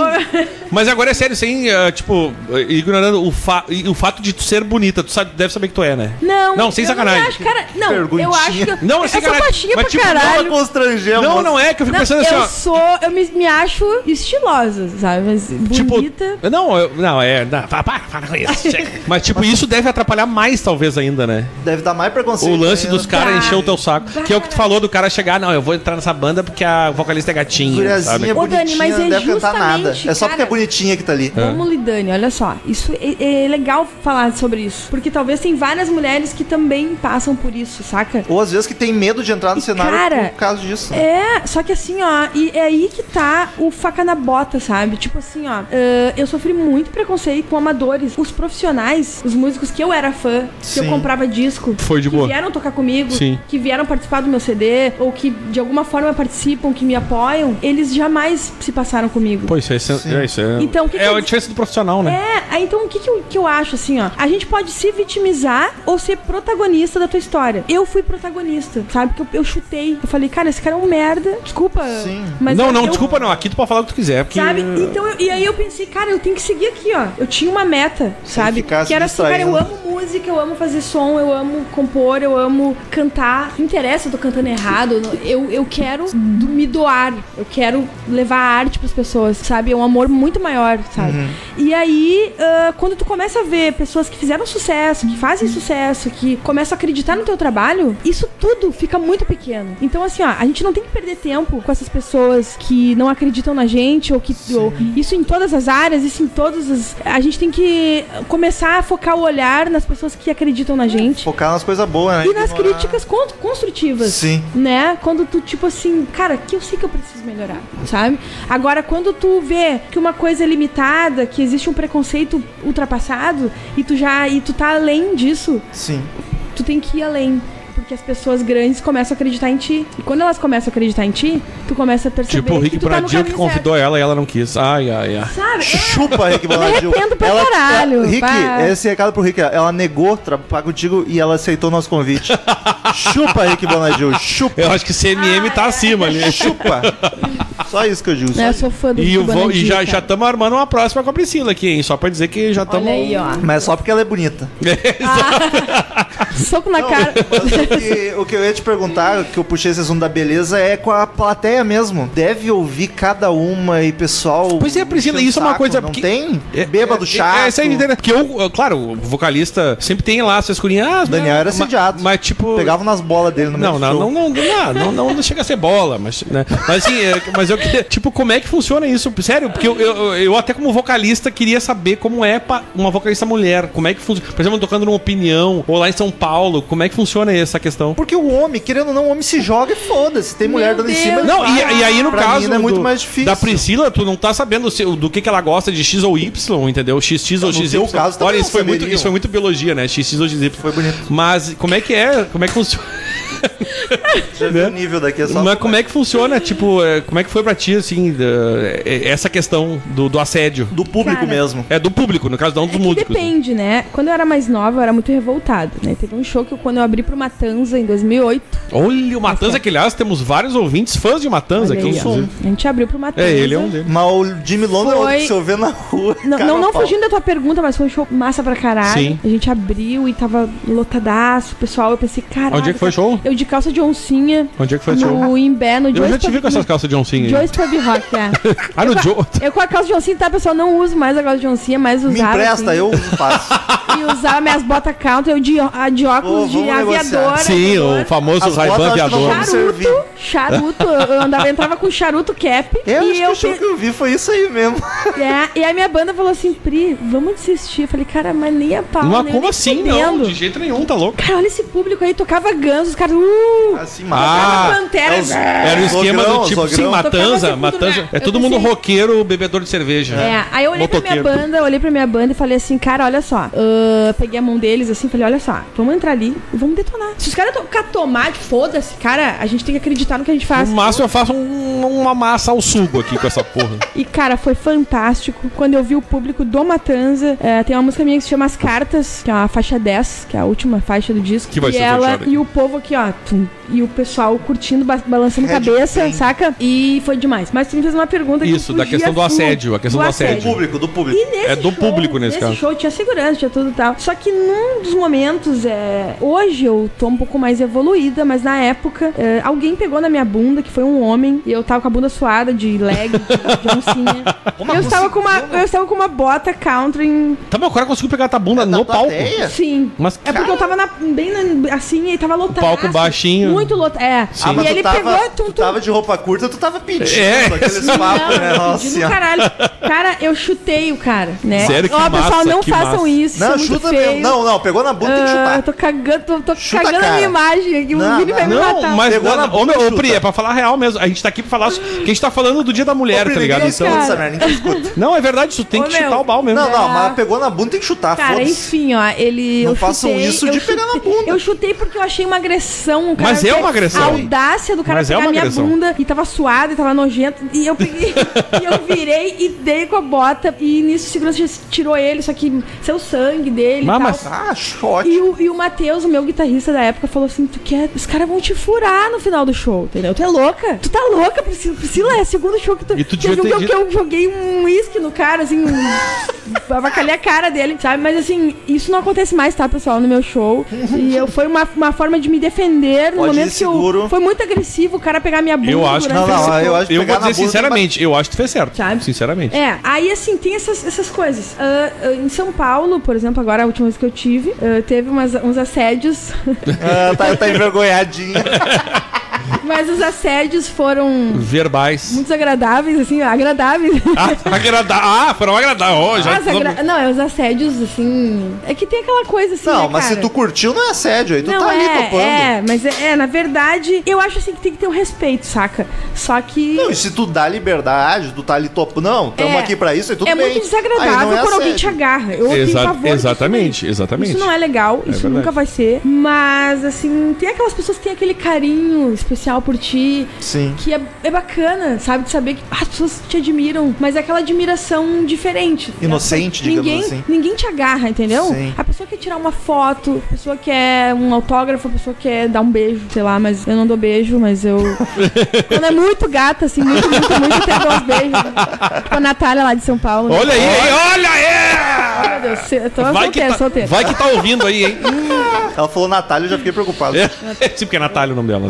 mas agora é sério, sem, ah, tipo, ah, ignorando o, fa... e o fato de tu ser bonita. Tu sabe, deve saber que tu é, né?
Não,
Não, sem
eu
sacanagem.
Não, acho, cara, não eu
Perguntinha.
acho que. Eu,
Não,
eu
sem
sou
sacanagem.
baixinha
Mas,
pra
tipo, não,
Ela
caralho.
constrangeu,
Não, não é, que eu fico
Não,
pensando assim,
eu
ó.
sou, eu me, me acho estilosa, sabe? Mas bonita.
Tipo, não, eu- não, é. Não, para, para, para com isso. chega. Mas, tipo, isso deve atrapalhar mais, talvez, ainda, né?
Deve dar mais preconceito.
o lance
ainda.
dos caras
Vai,
encher o teu saco. Que é o que tu falou do cara chegar, não, eu vou entrar nessa banda porque a vocalista é gatinha.
Guriazinha
Sabe?
bonitinha,
Ô, Dani, mas
não
é
deve cantar nada.
justamente,
É só porque é
cara.
bonitinha que tá ali.
Vamos, Lidane, olha só. Isso é, é legal falar sobre isso. Porque talvez tem várias mulheres que também passam por isso, saca?
Ou às vezes que tem medo de entrar no
E,
cenário
cara,
por causa disso. né?
É, só que assim, ó, e é aí que tá o faca na bota, sabe? Tipo assim, ó, eh, eu sofri muito preconceito com amadores. Os profissionais, os músicos que eu era fã, que
Sim.
eu comprava disco,
Foi de
que
boa.
vieram tocar comigo,
Sim.
que vieram participar do meu CD, ou que de alguma forma participam, que me apoiam, eles jamais se passaram comigo.
Pô, isso é. é, isso é
Então, o que
é
que eu-
a diferença do profissional, né?
É, aí então o que, que, eu, que eu acho assim, ó? A gente pode se vitimizar ou ser protagonista da tua história. Eu fui protagonista, sabe? Porque eu, eu chutei. Eu falei, cara, esse cara é um merda. Desculpa.
Sim.
Mas
não,
eu-
não,
eu-
desculpa não. Aqui tu pode falar o que tu quiser, porque.
Sabe? Então, eu- e aí eu pensei, cara, eu tenho que seguir aqui, ó. Eu tinha uma meta, sabe?
ficar se
Que era assim, cara, eu
distraindo.
amo música, eu amo fazer som, eu amo compor, eu amo cantar. Não interessa se eu tô cantando errado, não- eu, eu quero do- me doar, eu quero levar a arte pras pessoas, sabe? É um amor muito maior, sabe? E aí, ah, quando tu começa a ver pessoas que fizeram sucesso, que fazem sucesso, que começam a acreditar no teu trabalho, isso tudo fica muito pequeno. Então, assim, ó, a gente não tem que perder tempo com essas pessoas que não acreditam na gente, ou que. ou- isso em todas as áreas, isso em todas as. A gente tem que começar a focar o olhar nas pessoas que acreditam na gente.
Focar nas coisas boas, né?
E nas
Ignorar.
críticas con- construtivas
Sim.
né? Quando tu, tipo assim, cara, que eu sei que eu preciso melhorar, sabe? Agora, quando tu vê que uma coisa é limitada, que existe um preconceito ultrapassado, e tu já, e tu tá além disso,
Sim.
tu tem que ir além. Porque as pessoas grandes começam a acreditar em ti. E quando elas começam a acreditar em ti, tu começa a perceber
Tipo o Rick
que tu tá no
Bradil que
caminho
convidou ela e ela não quis. Ai, ai, ai.
certo. Sabe?
Chupa, Rick Bonadil.
arrependo pra caralho,
Rick,
vai.
esse recado pro Rick. Ela negou trabalhar contigo e ela aceitou nosso convite. chupa, Rick Bonadil. Chupa.
Eu acho que CMM
Ah,
tá acima ali.
Chupa. Só isso que eu digo. só
É, eu
isso.
sou fã do
E,
Rick
o vo- e
Bonadil,
já
cara.
estamos armando uma próxima com a Priscila aqui, hein? Só pra dizer que já estamos.
Olha aí, ó.
Mas só porque ela é bonita.
Soco na cara.
Mas o, que, o que eu ia te perguntar, que eu puxei esse assunto da beleza, é com a plateia mesmo. Deve ouvir cada uma e pessoal.
Pois é, Priscila,
encher o
isso é uma coisa
Não
que-
tem?
É,
Bêbado
é,
chato.
É, isso aí, né? Porque eu, eu, claro, o vocalista sempre tem lá suas curinhas. Ah,
Daniel
né,
era
ma-
sediado.
Mas, tipo.
Pegavam nas bolas dele no
Não,
meio do
não,
show.
não, não, não, não, não, não chega a ser bola, mas, né? Mas assim, é, mas eu queria, tipo, como é que funciona isso? Sério, porque eu, eu, eu até como vocalista queria saber como é pra uma vocalista mulher, como é que funciona, por exemplo, tocando numa opinião, ou lá em São Paulo, como é que funciona essa questão?
Porque o homem, querendo ou não, o homem se joga e foda-se. Tem mulher dando em
Deus.
cima. ele
Não,
faz.
e, e aí no
Pra
caso
mina é muito
do-
mais difícil.
da Priscila, tu não tá sabendo se- do que, que ela gosta de X ou Y, entendeu? XX ou
No
XY.
teu caso, também
Olha,
não
isso foi, muito,
saberiam.
isso foi muito biologia, né? XX ou XY.
Foi bonito.
Mas como é que é? Como é que funciona?
Já viu o nível daqui é só.
Né? Mas como é que funciona? Tipo, é, como é que foi pra ti, assim, da- é- é- essa questão do, do assédio?
Do público
Cara.
mesmo.
É do público, no caso, não dos
É que
músicos. né?
depende, né? Quando eu era mais nova, eu era muito revoltada, né? Teve um show que eu, quando eu abri pro Matanza em 2008,
Olha, o Matanza,
Assédio.
que aliás, temos vários ouvintes fãs de Matanza
Olha
aqui,
aí, ó.
inclusive.
A gente abriu pro Matheus.
um. É, ele é um deles.
Mas o Jimmy London é outro que
Foi-
se eu ver na rua.
Não,
cara,
não, não
eu falo.
fugindo da tua pergunta, mas foi um show massa pra caralho.
Sim.
A gente abriu e tava lotadaço, pessoal. Eu pensei, caralho.
Onde é que foi o show?
Eu de calça de oncinha.
Onde é que foi o show?
No Imbé, no
Eu já te
Pub-
vi com essas calças de oncinha.
no
aí.
Joe's Pub Rock, é.
Ah, no Joe.
Eu com a calça de oncinha, tá, pessoal? Não uso mais a calça de oncinha, mas usava.
Me empresta,
assim.
eu faço.
E usava minhas botas counter, eu de, a de óculos
Pô,
de
vamos negociar.
aviadora.
Sim, o
aviadora.
famoso
As
Ray-Ban
botas eu acho que não
Viador.
vamos
Charuto,
servir.
charuto, eu andava, entrava com charuto cap
Eu acho
e
que
eu
o show
pe-
que eu vi foi isso aí mesmo.
É, e a minha banda falou assim, Pri, vamos desistir. Eu falei, cara, mas nem a pau.
Mas
nem-
como
nem
assim? Não,
fudendo.
de jeito nenhum, tá louco.
Cara, olha esse público aí, tocava Guns, os caras, uh,
Assim,
Ah,
Pantera.
é os-
Era o esquema
Sogrão,
do tipo,
sogrão.
sim,
né?
Tocava
Matanza,
segundo
Matanza.
lugar.
É
Eu
todo mundo
pensei-
roqueiro, bebedor de cerveja.
É, aí eu olhei pra minha banda, olhei pra minha banda e falei assim, cara, olha só. ah, peguei a mão deles assim, falei, olha só, vamos entrar ali e vamos detonar. Se os caras tocar tomate, foda-se, cara, a gente tem que acreditar no que a gente faz.
No máximo eu faço um- uma massa ao sugo aqui com essa porra.
E, cara, foi fantástico. Quando eu vi o público do Matanza, é, tem uma música minha que se chama As Cartas, que é a faixa 10, que é a última faixa do disco.
Que vai
e
ser
ela
fechada aqui.
e o povo aqui, ó. tum, e o pessoal curtindo, ba- balançando a
Headbang.
cabeça, saca? E foi demais. Mas tu me fez uma pergunta que
Isso, da
fugia
questão do
full.
assédio, a questão do assédio.
Do público, do público.
E nesse
É do
show,
público nesse caso.
show tinha segurança, tinha tudo e tal. Só que num dos momentos, é... hoje eu tô um pouco mais evoluída, mas na época, é, alguém pegou na minha bunda, que foi um homem, e eu tava com a bunda suada de leg, de, de oncinha.
Como
eu, estava
você-
com uma, eu estava com uma bota country, em-
Tá, mas o cara conseguiu pegar tua bunda no
Da
palco.
plateia?
sim.
Mas
É porque eu tava na- bem na- assim, e tava lotado.
palco baixinho.
Muito lotado. É.
Ah, mas
E
tu
ele
tava,
pegou... tum,
tu
tum,
tava de roupa curta, tu tava pedindo
É.
aqueles papos, né?
Não,
Nossa
pedi no
senhora.
caralho. Cara, eu chutei o cara, né?
Sério? Que
Ó, pessoal,
massa,
não
que
façam
massa.
isso.
Não,
isso é muito
chuta
feio.
mesmo. Não, não, pegou na bunda, tem que
Ah,
chutar.
eu tô cagando, tô, tô
Chuta,
cagando a
cara.
minha imagem aqui.
Não,
o Vini vai me
Não,
matar.
mas
Pegou
não,
na
ô, meu, ô,
chuta.
Pri, é pra falar real mesmo. A gente tá aqui pra falar. so- Que a gente tá falando do dia da
Ô,
mulher,
Pri,
tá ligado?
ninguém
Então,
escuta essa merda, ninguém escuta.
não, é verdade, isso tem
Ô,
que
meu.
chutar o bal mesmo. né?
Não, não,
Ah.
mas pegou na bunda, tem que chutar,
Cara, é
foda-se.
enfim, ó, ele.
Não
eu
façam
chutei,
isso
eu
de pegar na
chutei-
bunda.
Eu chutei porque eu achei uma agressão. o cara
Mas é
pe-
uma agressão.
A audácia do cara
Mas é
pegar
uma
minha
agressão.
bunda e tava suado e tava nojento. E eu peguei, e eu virei e dei com a bota. E nisso o segurança já tirou ele, só que seu sangue, sangue dele. e
Mas-
tal.
mas-
Ah, shot.
E o, e o Matheus, o meu guitarrista da época, falou assim: Tu quer. Os caras vão te furar no final do show, entendeu? Tu é louca? Tu tá louca, Priscila. Priscila, é o segundo show que tu.
E tu devia
Teve
ter
um que eu-
dito-
que eu joguei um uísque no cara, assim, um. Avacalhei a cara dele, sabe? Mas assim, isso não acontece mais, tá, pessoal, no meu show. E eu, foi uma, uma forma de me defender no
Pode ir
momento que eu.
seguro.
Foi muito agressivo o cara pegar minha bunda.
Eu acho que
durante
Não,
esse
não,
show.
eu acho que
Eu
pegar
vou
na
dizer
bunda-
sinceramente, eu acho que tu fez certo.
Sabe?
Sinceramente.
É, aí assim, tem essas, essas coisas. Ah, ah, em São Paulo, por exemplo, agora a última vez que eu tive, ah, teve umas- uns assédios
Ah, tá, tá envergonhadinha.
Mas os assédios foram
Verbais.
muito agradáveis, assim, agradáveis.
Ah, agrada... ah, foram agradáveis. Ó, já-
Mas agra- Não, é os assédios, assim. É que tem aquela coisa assim.
Não,
né,
mas
cara?
se tu curtiu, não é assédio. Aí tu
não,
tá ali
é,
topando.
é, mas é, é, na verdade, eu acho assim que tem que ter um respeito, saca? Só que.
Não, e se tu dá liberdade, tu tá ali topando. Não, tamo
É.
aqui pra isso, e tudo
é
bem.
muito
Aí
desagradável
não é
quando alguém te
assédio.
agarra. Eu tenho
Exa-
pavor disso
exatamente,
também.
exatamente.
Isso não é legal,
É
isso
verdade.
nunca vai ser. Mas, assim, tem aquelas pessoas que têm aquele carinho especial por ti.
Sim.
Que é, é bacana, sabe? De saber que ah, as pessoas te admiram, mas é aquela admiração diferente. tá?
Inocente, digamos
ninguém,
assim.
Ninguém te agarra, entendeu?
Sim.
A pessoa quer tirar uma foto, a pessoa quer um autógrafo, a pessoa quer dar um beijo, sei lá, mas eu não dou beijo, mas eu. Quando é muito gata, assim, muito, muito, muito, até dou uns beijos. Tipo a Natália lá de São Paulo. né?
Olha aí, hein? olha aí!
Meu Deus, eu tô
Vai que,
solteira,
tá,
solteira.
vai que tá ouvindo aí, hein?
Ela falou Natália, eu já fiquei preocupado.
É, tipo que é Natália o nome dela.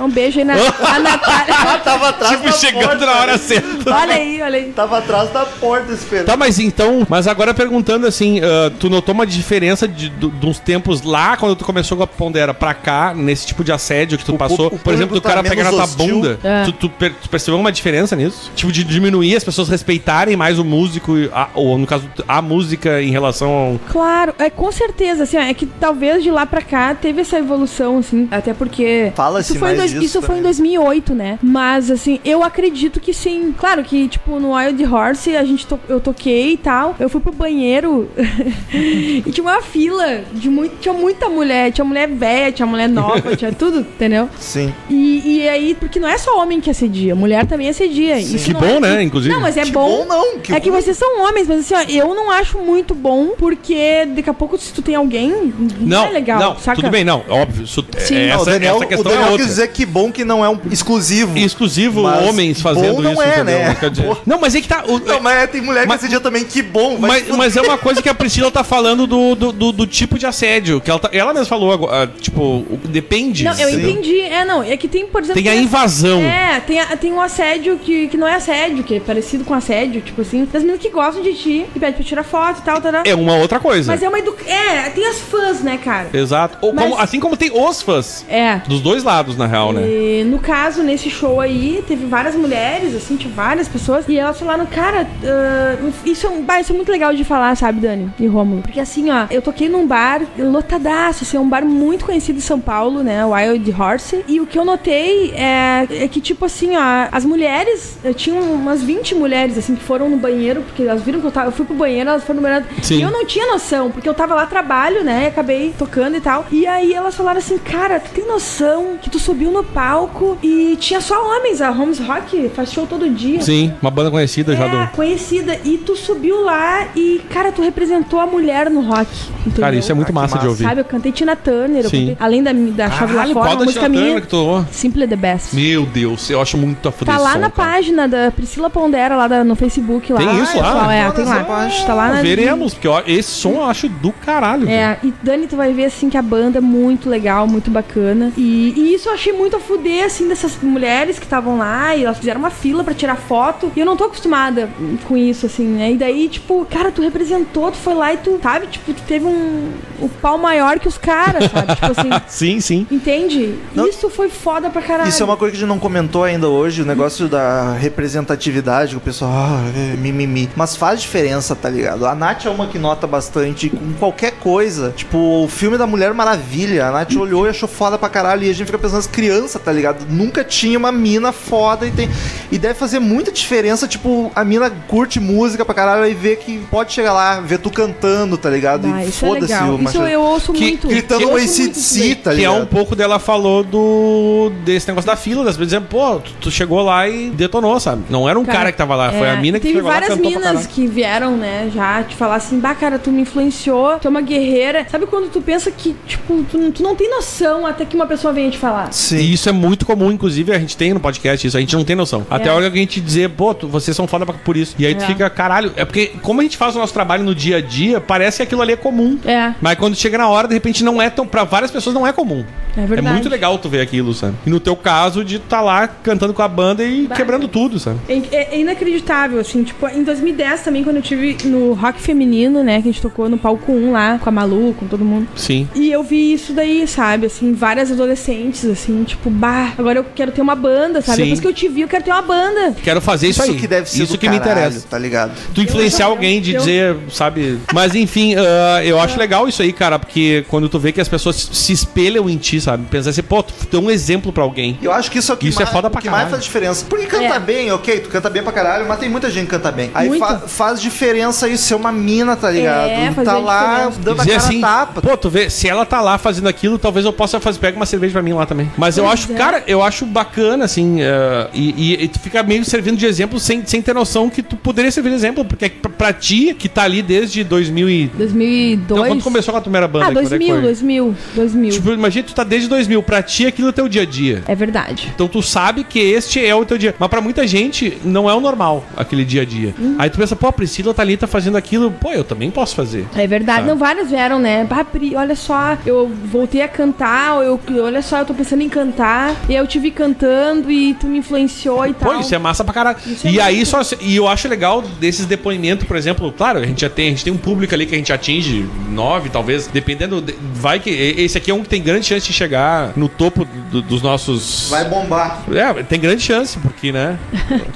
Um beijo aí na a
Ela
Natália.
Ah, tava atrás da
tipo, chegando
porta.
na hora certa.
Olha aí, olha aí.
Tava atrás da porta esperando.
Tá, mas então, mas agora perguntando assim, ah, tu notou uma diferença de, do- de uns tempos lá, quando tu começou com a Pondera, pra cá, nesse tipo de assédio que tu passou?
o
por exemplo, do
público
cara
tá
pegar na
menos
tua
hostil.
bunda.
É.
Tu, tu per- tu percebeu uma diferença nisso? Tipo, de diminuir, as pessoas respeitarem mais o músico, e a- ou no caso, a música em relação a um...
Claro, é com certeza, assim, ó, é que talvez de lá pra cá teve essa evolução, assim, até porque.
Fala-se
isso foi, em
mais
dois-
disso
isso foi em
também.
2008, né? Mas, assim, eu acredito que sim. Claro que, tipo, no Wild Horse a gente to- eu toquei e tal. Eu fui pro banheiro e tinha uma fila de muito. Tinha muita mulher. Tinha mulher velha, tinha mulher nova, tinha tudo, entendeu?
Sim.
E, e aí, porque não é só homem que assedia, mulher também assedia. Isso
Que
não
bom,
é-
né, inclusive.
Não, mas é
Que
bom.
bom não. Que
É que
ruim.
vocês são homens, mas assim, ó, eu não acho muito bom, porque daqui a pouco, se tu tem alguém, não,
Não,
é legal,
não,
saca?
tudo bem, não, óbvio, isso-
Sim.
é-
Não,
essa,
o Daniel,
essa
o
questão é
Daniel
outra.
quis dizer que bom que não é um exclusivo.
Exclusivo
Mas
homens
bom
fazendo
não
isso,
é,
entendeu?
né?
Quer dizer-
Porra.
Não, mas é que tá... o-
Não, mas tem mulher que
Mas-
esse dia também, que bom. vai
Mas,
se fuder.
mas é uma coisa que a Priscila tá falando do, do, do- do tipo de assédio. Que ela, tá- ela mesma falou, agora, ah, tipo, o- depende.
Não, eu
Sim.
entendi. É, não, é que tem, por exemplo.
Tem a invasão.
É, tem, a- tem um assédio que, que não é assédio, que é parecido com assédio, tipo assim. Das meninas que gostam de ti, que pedem pra tirar foto e tal, tal, tal.
É uma outra coisa.
Mas é uma educação. É, tem as fãs, né, cara?
Exato. Ou
Mas-
como- assim como tem os fãs.
É.
Dos dois lados, na real, né?
E, no caso, nesse show aí, teve várias mulheres, assim, tinha várias pessoas, e elas falaram, cara, ah, isso, é um, bah, isso é muito legal de falar, sabe, Dani e Rômulo? Porque assim, ó, eu toquei num bar lotadaço, assim, é um bar muito conhecido em São Paulo, né, Wild Horse, e o que eu notei é, é que, tipo assim, ó, as mulheres, eu tinha umas 20 mulheres, assim, que foram no banheiro, porque elas viram que eu tava, eu fui pro banheiro, elas foram no banheiro,
Sim.
e eu não tinha noção, porque eu tava lá trabalho, né, e acabei tocando e tal, e aí elas falaram assim, cara, tu tem noção que tu subiu no palco e tinha só homens, a Holmes Rock faz show todo dia.
Sim, uma banda conhecida já
É,
do.
conhecida. E tu subiu lá e, cara, tu representou a mulher no rock. Entendeu?
Cara, isso é muito
Ah, que
massa, de
massa.
ouvir.
Sabe, eu cantei Tina Turner, eu
Sim.
cantei, além da, da Chave Lá
Caralho,
Fora,
qual
uma
da
música
Tina Turner
minha.
que tu...
Simple the Best.
Meu Deus, eu acho muito a
Tá
desse
lá
som,
na
cara.
página da Priscila Pondera, lá da- no Facebook. Lá.
Tem isso lá?
pessoal, É, tem lá.
Olha só.
Tá lá na...
Veremos, porque ó, esse som eu acho do caralho. velho.
Uhum.
É, e Dani, tu vai ver assim que a banda é muito legal, muito bacana. E, e isso eu achei muito a fuder, assim, dessas mulheres que estavam lá e elas fizeram uma fila pra tirar foto. E eu não tô acostumada hum, com isso, assim, né? E daí, tipo, cara, tu representou, tu foi lá e tu, sabe, tipo, tu teve um o pau maior que os caras, sabe? tipo assim,
Sim, sim.
entende?
Não.
Isso foi foda pra caralho.
Isso é uma coisa que a gente não comentou ainda hoje, o negócio da representatividade, que o pessoal, ah, é, mimimi. Mas faz diferença, tá ligado? A Nath é uma que nota bastante com qualquer coisa. Tipo, o filme da Mulher Maravilha, a Nath olhou e achou foda pra caralho. E a gente fica pensando, as crianças, tá ligado? Nunca tinha uma mina foda e tem. E deve fazer muita diferença, tipo, a mina curte música pra caralho e vê que pode chegar lá, ver tu cantando, tá ligado?
Ah,
e
isso é
foda-se
legal.
o
Isso
machado.
eu ouço
Que-
muito.
Gritando
eu
o
ouço muito isso
ACDC,
daí.
tá
que é
ligado?
um pouco dela falou do desse negócio da fila, das vezes dizendo, pô, tu, tu chegou lá e detonou, sabe? Não era um cara, que tava lá, foi
é,
a mina que
Teve
chegou lá e
várias
cantou pra
minas
caralho.
que vieram, né, já te falar assim, bah, cara, tu me influenciou, tu é uma guerreira. Sabe quando tu pensa que, tipo, tu, não- tu não tem noção até que uma pessoa venha te falar.
Sim.
E isso é muito comum, inclusive, a gente tem no podcast isso, a gente não tem noção. Até
É.
olha alguém te dizer, pô, tu- vocês são foda pra- por isso. E aí tu
É.
fica, caralho, é porque como a gente faz o nosso trabalho no dia a dia, parece que aquilo ali é comum.
É,
Mas quando chega na hora, de repente não é tão. Pra várias pessoas não é comum.
é
É
verdade.
muito legal tu ver aquilo, sabe? E no teu caso, de tá lá cantando com a banda e
Bah.
quebrando tudo, sabe?
É, é inacreditável, assim, tipo, em 2010 também, quando eu tive no rock feminino, né, que a gente tocou no palco 1 lá, com a Malu, com todo mundo.
Sim.
E eu vi isso daí, sabe? Assim, várias adolescentes, assim, tipo, bah, agora eu quero ter uma banda, sabe?
Sim.
Depois que eu te vi, eu quero ter uma banda.
Quero fazer isso,
Isso
aí.
que deve ser
isso
do
que me
caralho,
interessa.
tá ligado?
Tu influenciar
Eu-
alguém de
eu-
dizer, sabe? Mas enfim, ah, eu acho legal isso aí, cara, porque quando tu vê que as pessoas se espelham em ti, sabe? Pensar assim, pô, tu deu um exemplo pra alguém.
Eu acho que isso aqui
Isso é foda pra
que mais
caralho.
faz diferença. Porque cantar
É.
bem, ok, tu canta bem pra caralho, mas tem muita gente que canta bem. Aí
Muito.
fa- faz diferença isso ser uma mina, tá ligado?
É, fazer
tá lá
diferença.
dando a
dizer
cara
assim,
tapa.
pô, tu vê, se ela tá lá fazendo aquilo, talvez eu possa fazer, pega uma cerveja pra mim lá também. Mas eu
Pois
acho,
é.
cara, eu acho bacana, assim, ah, e, e- e tu fica meio servindo de exemplo sem, sem ter noção que tu poderia servir de exemplo, porque é que pra, pra ti, que tá ali desde 2000 e...
2002.
Então, quando tu começou com a primeira banda?
Ah,
aí, quando é que
2000,
foi?
2000, 2000.
Tipo, imagina que tu tá desde 2000, pra ti aquilo é teu dia a dia.
É verdade.
Então tu sabe que este é o teu dia. Mas pra muita gente não é o normal aquele dia a dia.
Uhum.
Aí tu pensa, pô, a Priscila tá ali, tá fazendo aquilo, pô, eu também posso fazer.
É verdade.
Sabe?
Não, vários vieram, né? Bah, Pri, olha só, eu voltei a cantar, ou eu, olha só, eu tô pensando em cantar, e eu te vi cantando e tu me influenciou e tal.
Pô, isso é massa pra caralho.
Isso é
E aí
muito.
só. se- E eu acho legal desses depoimentos, por exemplo, claro, a gente já tem, a gente tem um público ali que a gente atinge, nove, talvez, dependendo. de- Vai que. e- Esse aqui é um que tem grande chance de chegar no topo do- dos nossos.
Vai bombar.
É, tem grande chance, porque, né?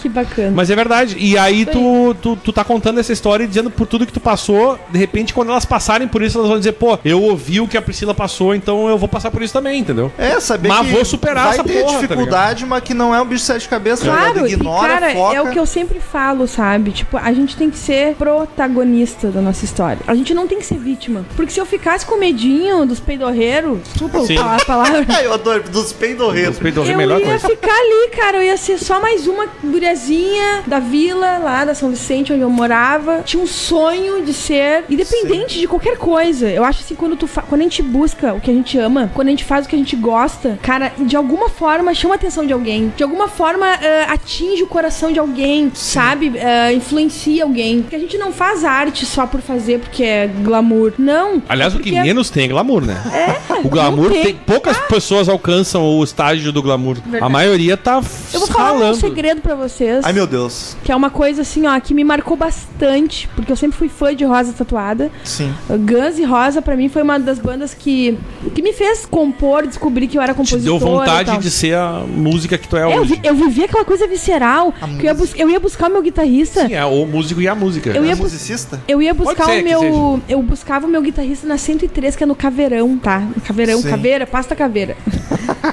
Que bacana.
Mas é verdade. E aí tu, tu, tu tá contando essa história e dizendo por tudo que tu passou. De repente, quando elas passarem por isso, elas vão dizer, pô, eu ouvi o que a Priscila passou, então eu vou passar por isso também, entendeu?
É, saber
Mas
que
vou superar
vai
essa
ter
porra, tá
dificuldade, mas que não é um bicho de sete cabeças, tá
Claro,
ligado?
e
Ignora,
cara,
foca.
é o que eu sempre falo, sabe? Tipo, a gente tem que ser protagonista da nossa história. A gente não tem que ser vítima. Porque se eu ficasse com medinho dos peidorreiros, desculpa
Sim.
falar a palavra.
Ai, eu adoro, dos peidorreiros.
Respeito é a
Eu
melhor
ia
coisa.
ficar ali, cara. Eu ia ser só mais uma guriazinha da vila, lá da São Vicente, onde eu morava. Tinha um sonho de ser independente de qualquer coisa. Eu acho assim, quando, tu fa- quando a gente busca o que a gente ama, quando a gente faz o que a gente gosta, cara, de alguma forma chama a atenção de alguém. De alguma forma ah, atinge o coração de alguém, sabe? Ah, influencia alguém. Porque a gente não faz arte só por fazer porque é glamour. Não.
Aliás,
É
o que
porque é-
menos tem é glamour, né? o glamour
não
tem.
tem. Ah.
Poucas pessoas alcançam o estágio do glamour. A maioria tá
Eu vou falar um
ralando.
segredo pra vocês.
Ai, meu Deus.
Que é uma coisa assim, ó, que me marcou bastante, porque eu sempre fui fã de Rosa Tatuada.
Sim.
Guns e Rosa, pra mim, foi uma das bandas que, que me fez compor, descobrir que eu era
Te
compositora.
deu
e tal.
vontade de ser a música que tu é
É, eu,
hoje.
vi, eu vivi aquela coisa visceral,
A
que eu ia, bus- eu ia buscar o meu guitarrista.
Sim, é o músico e a música.
Eu
Eu
ia
é
bus-
musicista?
Eu ia buscar
ser
o
que
meu. Eu buscava o meu guitarrista na 103, que é no Caveirão, tá? No Caveirão,
Sim.
caveira, pasta caveira.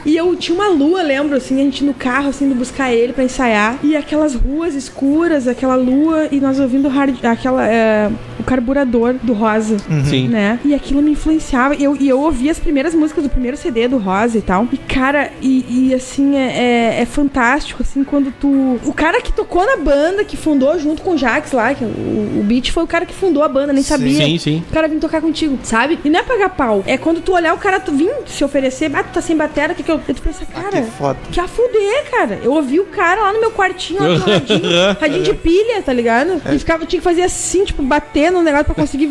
e eu tinha uma lua, lembro, assim, a gente no carro, assim, indo buscar ele pra ensaiar. E aquelas ruas escuras, aquela lua, e nós ouvindo hard, aquela, é, o carburador do Rosa.
Uhum. Sim.
Né? E aquilo me influenciava. E eu, e eu ouvi as primeiras músicas do primeiro CD do Rosa e tal. E, cara, e, e, assim, é, é- é fantástico, assim, quando tu. O cara que tocou na banda, que fundou junto com o Jax lá, que é o, o Beat foi o cara que fundou a banda, nem
Sim.
sabia.
Sim, sim.
O cara vem tocar contigo, sabe? E não é pagar pau. É quando tu olhar o cara tu vir se oferecer, ah, tu tá sem batera, o que que eu. E tu pensa,
Ah,
cara.
que foda.
Que a fuder, cara. Eu ouvi o cara lá no meu quartinho, lá com radinho, radinho de pilha, tá ligado?
É.
E ficava, tinha que fazer assim, tipo, bater no negócio pra conseguir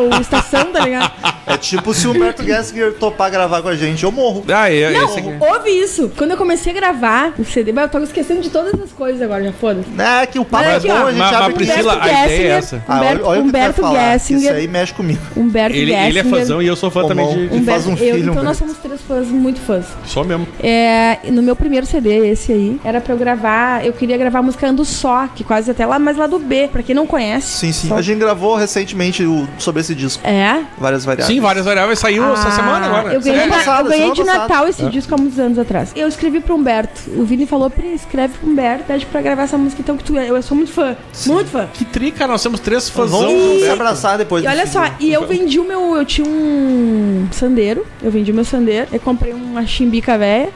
o estação, tá ligado?
É tipo se o Humberto Gessinger topar gravar com a gente, eu morro.
Ah, é,
Não,
esse aqui.
houve isso. Quando eu comecei a gravar o CD, mas eu tava esquecendo de todas as coisas agora, já foda-se.
É que o papo
Olha
é
aqui,
bom,
ó.
a gente
Mas- mas
abre
Priscila-
Humberto-
a ideia é essa.
Ah, olha- olha o que
Humberto,
tu vai
Humberto
falar, que Isso
Gessinger.
aí mexe comigo.
Humberto
Ele,
Gessinger.
ele é fãzão e eu sou fã
Bom,
também
bom.
de.
Ele faz um
Humberto-
filho,
eu- então
Humberto.
nós somos três fãs, muito fãs.
Só mesmo.
É, no meu primeiro CD, esse aí, era pra eu gravar. Eu queria gravar a música Ando Só, que quase até lá, mas lá do B, pra quem não conhece.
Sim, sim.
Só-
A gente gravou gravou recentemente o- sobre esse disco.
É?
Várias variáveis.
Sim, várias variáveis saiu essa
Ah,
semana agora.
Eu ganhei,
É.
Semana
de, na-
passada,
eu ganhei
semana
de
passada. É.
Natal esse disco há muitos anos atrás. Eu escrevi pro Humberto. O Vini falou, Pri, escreve pro Humberto, pede pra gravar essa música então que tu... Eu sou muito fã, muito fã.
Que trica, nós temos três fãs.
Então, Vamos se abraçar depois.
E olha
desse
só,
vídeo.
e eu vendi o meu. Eu tinha um sandeiro. Eu vendi o meu sandeiro. Eu comprei uma chimbica velha.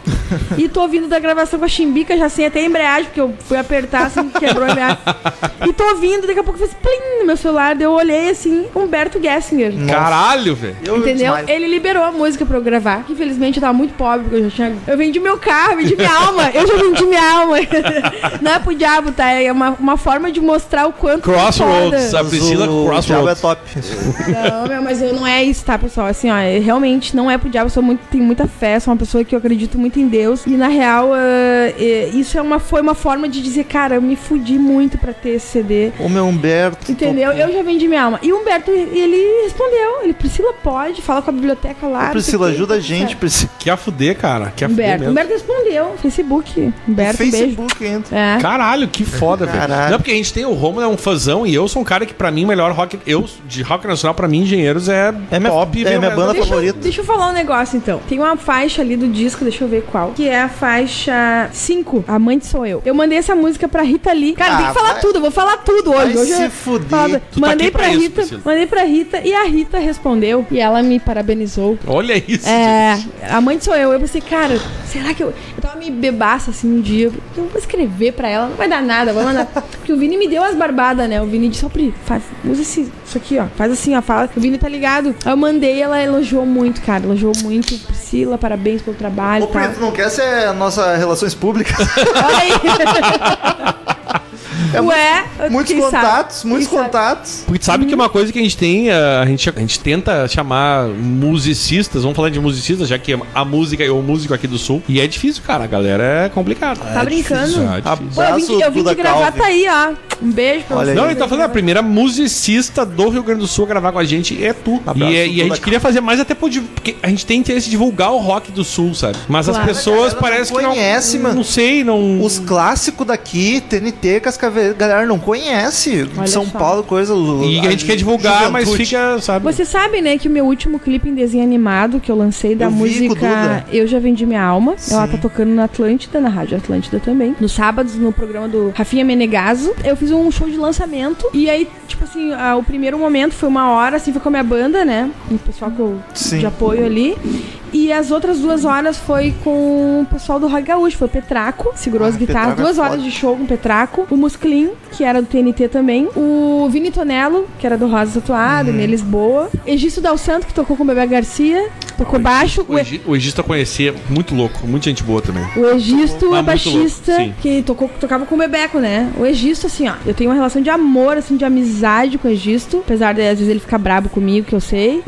e tô ouvindo da gravação com a chimbica, já sem até a embreagem, porque eu fui apertar assim, quebrou a embreagem. E tô ouvindo, daqui a pouco fez plim no meu celular. daí Eu olhei assim, Humberto Gessinger.
Caralho, velho.
Eu
Entendeu?
demais.
Ele liberou a música pra eu gravar. Infelizmente eu tava muito pobre, porque eu já tinha. Eu vendi meu carro, vendi minha alma. Eu já vendi minha alma. Não é pro diabo, tá? É uma, uma forma de mostrar o quanto. é
Crossroads,
foda.
a Priscila
o Diabo é
Crossroads.
top.
Não, meu, mas eu não é isso, tá, pessoal? Assim, ó, eu realmente não é pro diabo, eu sou muito, tenho muita fé, sou uma pessoa que eu acredito muito em Deus. E na real, eh, eh, isso é uma, foi uma forma de dizer, cara, eu me fudi muito pra ter esse CD.
O meu Humberto.
Entendeu?
topou.
Eu já vendi minha alma. E o Humberto, ele respondeu. Ele, Priscila, pode, fala com a biblioteca lá. não sei
Priscila,
o quê,
ajuda a
tudo
gente,
certo."
Priscila.
Quer fuder, cara. Quer fuder
Humberto.
mesmo.
Humberto respondeu. Facebook. Humberto, beijo.
Facebook entra.
É.
Caralho, que foda, velho.
Caralho.
Não, porque a gente tem o Romulo, é um fãzão, e eu sou um cara que, pra mim, o melhor rock. Eu, de rock nacional, pra mim, Engenheiros é,
É minha-
top.
é
meu-
minha banda
Deixa, eu-
favorita.
deixa eu falar um negócio então. Tem uma faixa ali do disco, deixa eu ver qual. Que é a faixa 5, Amante Sou Eu. Eu mandei essa música pra Rita Lee. Cara,
Ah,
tem que falar
vai-
tudo, eu vou falar tudo hoje.
Vai
hoje
se
é-
fuder.
Fala-
Tu tá
Mandei
aqui pra
pra
isso,
Rita,
Priscila.
mandei pra Rita e a Rita respondeu. E ela me parabenizou.
Olha isso.
É, amante sou eu. Eu pensei, cara, será que eu. Eu tava me bebaça assim um dia. Eu vou escrever pra ela, não vai dar nada, vou mandar. Porque o Vini me deu as barbadas, né? O Vini disse, ó, Pri, faz, usa esse, isso aqui, ó. Faz assim, ó, fala. O Vini tá ligado. Aí eu mandei, ela elogiou muito, cara. Elogiou muito. Priscila, parabéns pelo trabalho
Ô,
e tal.
Preto, não quer ser a nossa relações públicas?
Olha aí.
É
Ué,
muitos
quem sabe?
contatos, muitos
Quem sabe?
contatos.
Porque tu
Uhum.
sabe que uma coisa que a gente tem, eh, a gente, a gente tenta chamar musicistas, vamos falar de musicistas, já que a música eu o músico aqui do sul. E é difícil, cara, a galera é complicada.
Tá brincando?
É difícil.
Pô, eu vim, de- eu vim de gravar, tá aí, ó. Um beijo pra
Olha
vocês.
aí.
Não, ele tá falando, a primeira musicista do Rio Grande do Sul a gravar com a gente é tu.
Um Abraço,
E, é- e a
Duda
gente queria fazer mais até por, div- porque a gente tem interesse em divulgar o rock do Sul, sabe? Mas as
Claro.
pessoas
A galera não
parece que não
conhece, mano.
Não sei, não.
Os clássicos daqui, TNT, Cascavel, galera não conhece.
Olha
São
só.
Paulo, coisa.
E a gente quer divulgar, mas
é
fica, sabe?
Você sabe, né, que o meu último clipe em desenho animado que eu lancei da
Eu vi com o Duda.
música Eu Já Vendi Minha Alma,
Sim.
ela tá tocando na Atlântida, na Rádio Atlântida também. Nos sábados, no programa do Rafinha Menegaso, eu fiz um show de lançamento. E aí, tipo assim, ah, o primeiro momento foi uma hora, assim, foi com a minha banda, né? O pessoal que eu
Sim.
de apoio ali. E as outras duas horas foi com o pessoal do Rock Gaúcho, foi o Petraco, segurou
Ah,
as guitarras,
Petraco é
duas
foda.
horas de show com o Petraco, o Musclin, que era do TNT também, o Vini Tonello, que era do Rosa Tatuada,
Uhum.
né, Lisboa, Egício Dal Santo, que tocou com o Bebê Garcia, tocou baixo, o,
O Egi- o Egista conhecer, muito louco, muita gente boa também.
o Egisto
Ah,
é
muito
baixista
louco, sim.
que tocou, tocava com o Bebeco, né? O Egisto, assim, ó, eu tenho uma relação de amor, assim, de amizade com o Egisto. Apesar de, às vezes, ele ficar brabo comigo, que eu sei.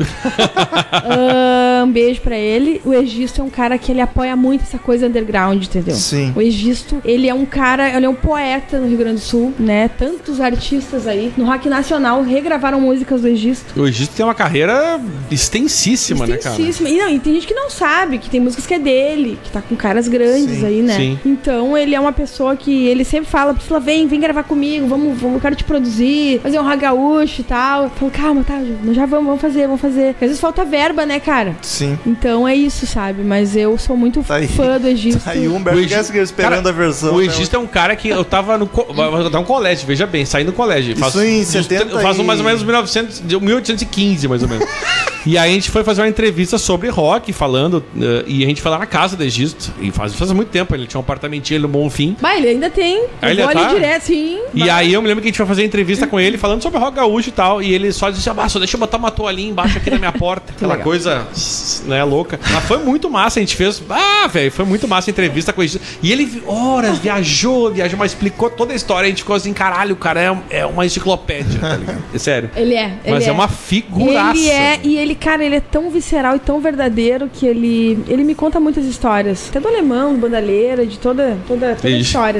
Ah, um beijo pra ele. O Egisto é um cara que ele apoia muito essa coisa underground, entendeu?
Sim.
O Egisto, ele é um cara, ele é um poeta no Rio Grande do Sul, né? Tantos artistas aí. No Rock Nacional, regravaram músicas do Egisto.
O Egito tem uma carreira extensíssima, né, cara?
Extensíssima. E, não, e tem gente que não sabe, que tem músicas que é dele, que tá com caras grandes
Sim,
aí, né?
sim.
Então ele é uma pessoa que ele sempre fala, Priscila, vem, vem gravar comigo, vamos, vamos, eu quero te produzir, fazer um ragaúcho e tal. Eu falo, calma, tá, nós já vamos, vamos fazer, vamos fazer. Porque às vezes falta verba, né, cara?
Sim.
Então é isso, sabe? Mas eu sou muito
Tá aí.
fã do Egito.
Aí o
O
Humberto
Egi-
Gessinger é assim, esperando
Cara,
a versão.
O
né?
Egito é um cara que eu tava no. co- vai- vai dar um colégio, veja bem, saí do colégio.
Isso em
uns
70
tre- Faço
e-
mais ou menos 1900, de 1815, mais ou menos. E aí a gente foi fazer uma entrevista sobre rock, falando, eh, e a gente foi lá na casa do Egisto, e faz, faz muito tempo, ele tinha um apartamentinho ali no Bonfim.
Vai, ele ainda tem.
Aí ele
eu vou
tá?
ali direto, sim.
E
Vai.
aí eu me lembro que a gente foi fazer entrevista com ele, falando sobre rock gaúcho e tal, e ele só disse, ah, só deixa eu botar uma toalhinha embaixo aqui na minha porta. Aquela
legal.
coisa, né, louca. Mas foi muito massa, a gente fez, ah, velho, foi muito massa a entrevista com ele. E ele, vi- horas, viajou, viajou, mas explicou toda a história, a gente ficou assim, caralho, o cara é, um- é uma enciclopédia, tá ligado? É sério.
Ele é. Ele
Mas é,
é
uma figuraça.
Ele é, e ele, cara, ele é tão visceral e tão verdadeiro que ele, ele me conta muitas histórias. Até do alemão, do bandaleira, de toda, toda, toda história.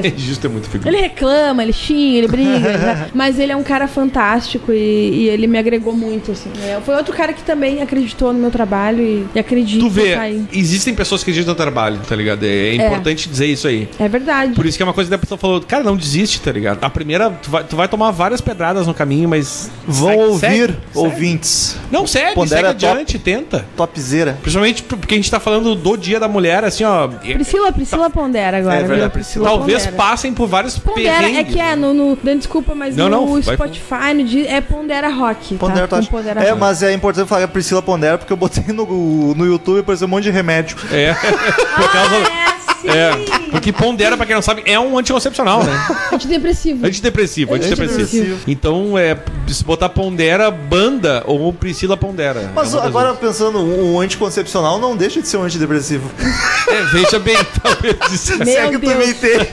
assim.
Egisto é muito figura.
Ele reclama, ele xinga, ele briga, ele tá- mas ele é um cara fantástico e, e ele me agregou muito, assim. né? Foi outro cara que também acreditou no meu trabalho e, tá e acredita.
Tu vê,
vai.
existem pessoas que acreditam no trabalho, tá ligado? tá É, importante dizer isso aí.
É verdade.
Por isso que é uma coisa que a pessoa falou, cara, não desiste, tá ligado? A primeira, tu vai, tu vai tomar várias pedradas no caminho, mas.
Vão
segue-
ouvir,
segue.
ouvintes.
Não, segue,
Pondera
segue
top.
adiante, tenta.
Topzera.
Principalmente porque a gente tá falando do dia da mulher, assim, ó.
Priscila, Priscila
tá?
pondera agora.
É verdade,
viu?
Priscila
Talvez
pondera.
passem por vários
Pondera é
perrengues.
que é no, no Dan, desculpa, mas
Não,
no
não, vai
Spotify no, di- é Pondera Rock.
Pondera,
tá?
tá?
Com Pondera
É,
Rock.
mas é importante falar que a Priscila Pondera, porque eu botei no, no YouTube e apareceu um monte de remédio.
É, por causa.
Ah, assim.
É, porque pondera, pra quem não sabe, é um anticoncepcional, né?
Antidepressivo.
Antidepressivo, antidepressivo.
antidepressivo.
Então, é, se botar pondera, banda ou Priscila pondera.
Mas
É uma das
agora pensando, o anticoncepcional não deixa de ser um antidepressivo.
duas. É, veja bem, talvez. isso-
Meu
Se é que
Deus.
tu me entende.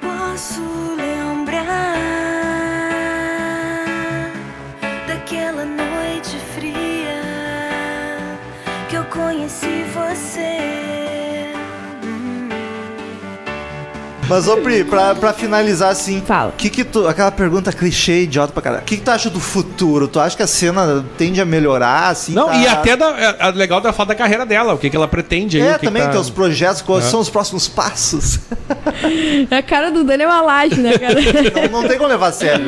Posso lembrar daquela noite fria que eu conheci Hum. você.
Mas, ô Pri, pra, pra finalizar assim.
Fala.
Que que tu, aquela pergunta clichê, idiota pra caralho. O que, que tu acha do futuro? Tu acha que a cena tende a melhorar, assim?
Não,
tá-
e até da, é, é legal da falar da carreira dela, o que, que ela pretende aí.
É,
o que
também
que tá...
teus projetos, quais são os próximos passos?
A cara do Dani é uma laje, né, cara?
Não, não tem como levar a sério.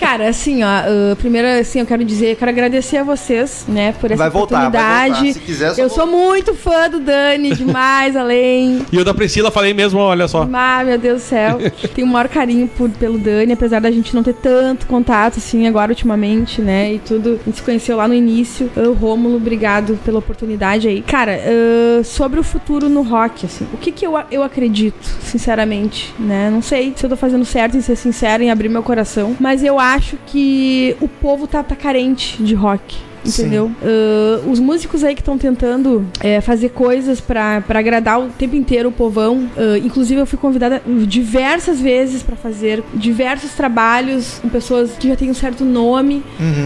Cara, assim, ó, ah, primeiro, assim, eu quero dizer, eu quero agradecer a vocês, né, por essa
Vai voltar, vai
oportunidade.
voltar. Se quiser, só
eu
voltar.
sou muito fã do Dani, demais, além.
E eu da Priscila falei mesmo, olha só.
Ah, meu Deus do céu. Tenho o maior carinho por- pelo Dani, apesar da gente não ter tanto contato, assim, agora ultimamente, né? E tudo. A gente se conheceu lá no início. Eu, Rômulo, obrigado pela oportunidade aí. Cara, ahn, sobre o futuro no rock, assim, o que que eu, a- eu acredito, sinceramente, né? Não sei se eu tô fazendo certo em ser sincero, em abrir meu coração, mas eu acho que o povo tá, tá carente de rock. Entendeu? Ah, os músicos aí que estão tentando eh, fazer coisas pra pra agradar o tempo inteiro o povão. ah, inclusive, eu fui convidada diversas vezes pra fazer diversos trabalhos com pessoas que já têm um certo nome.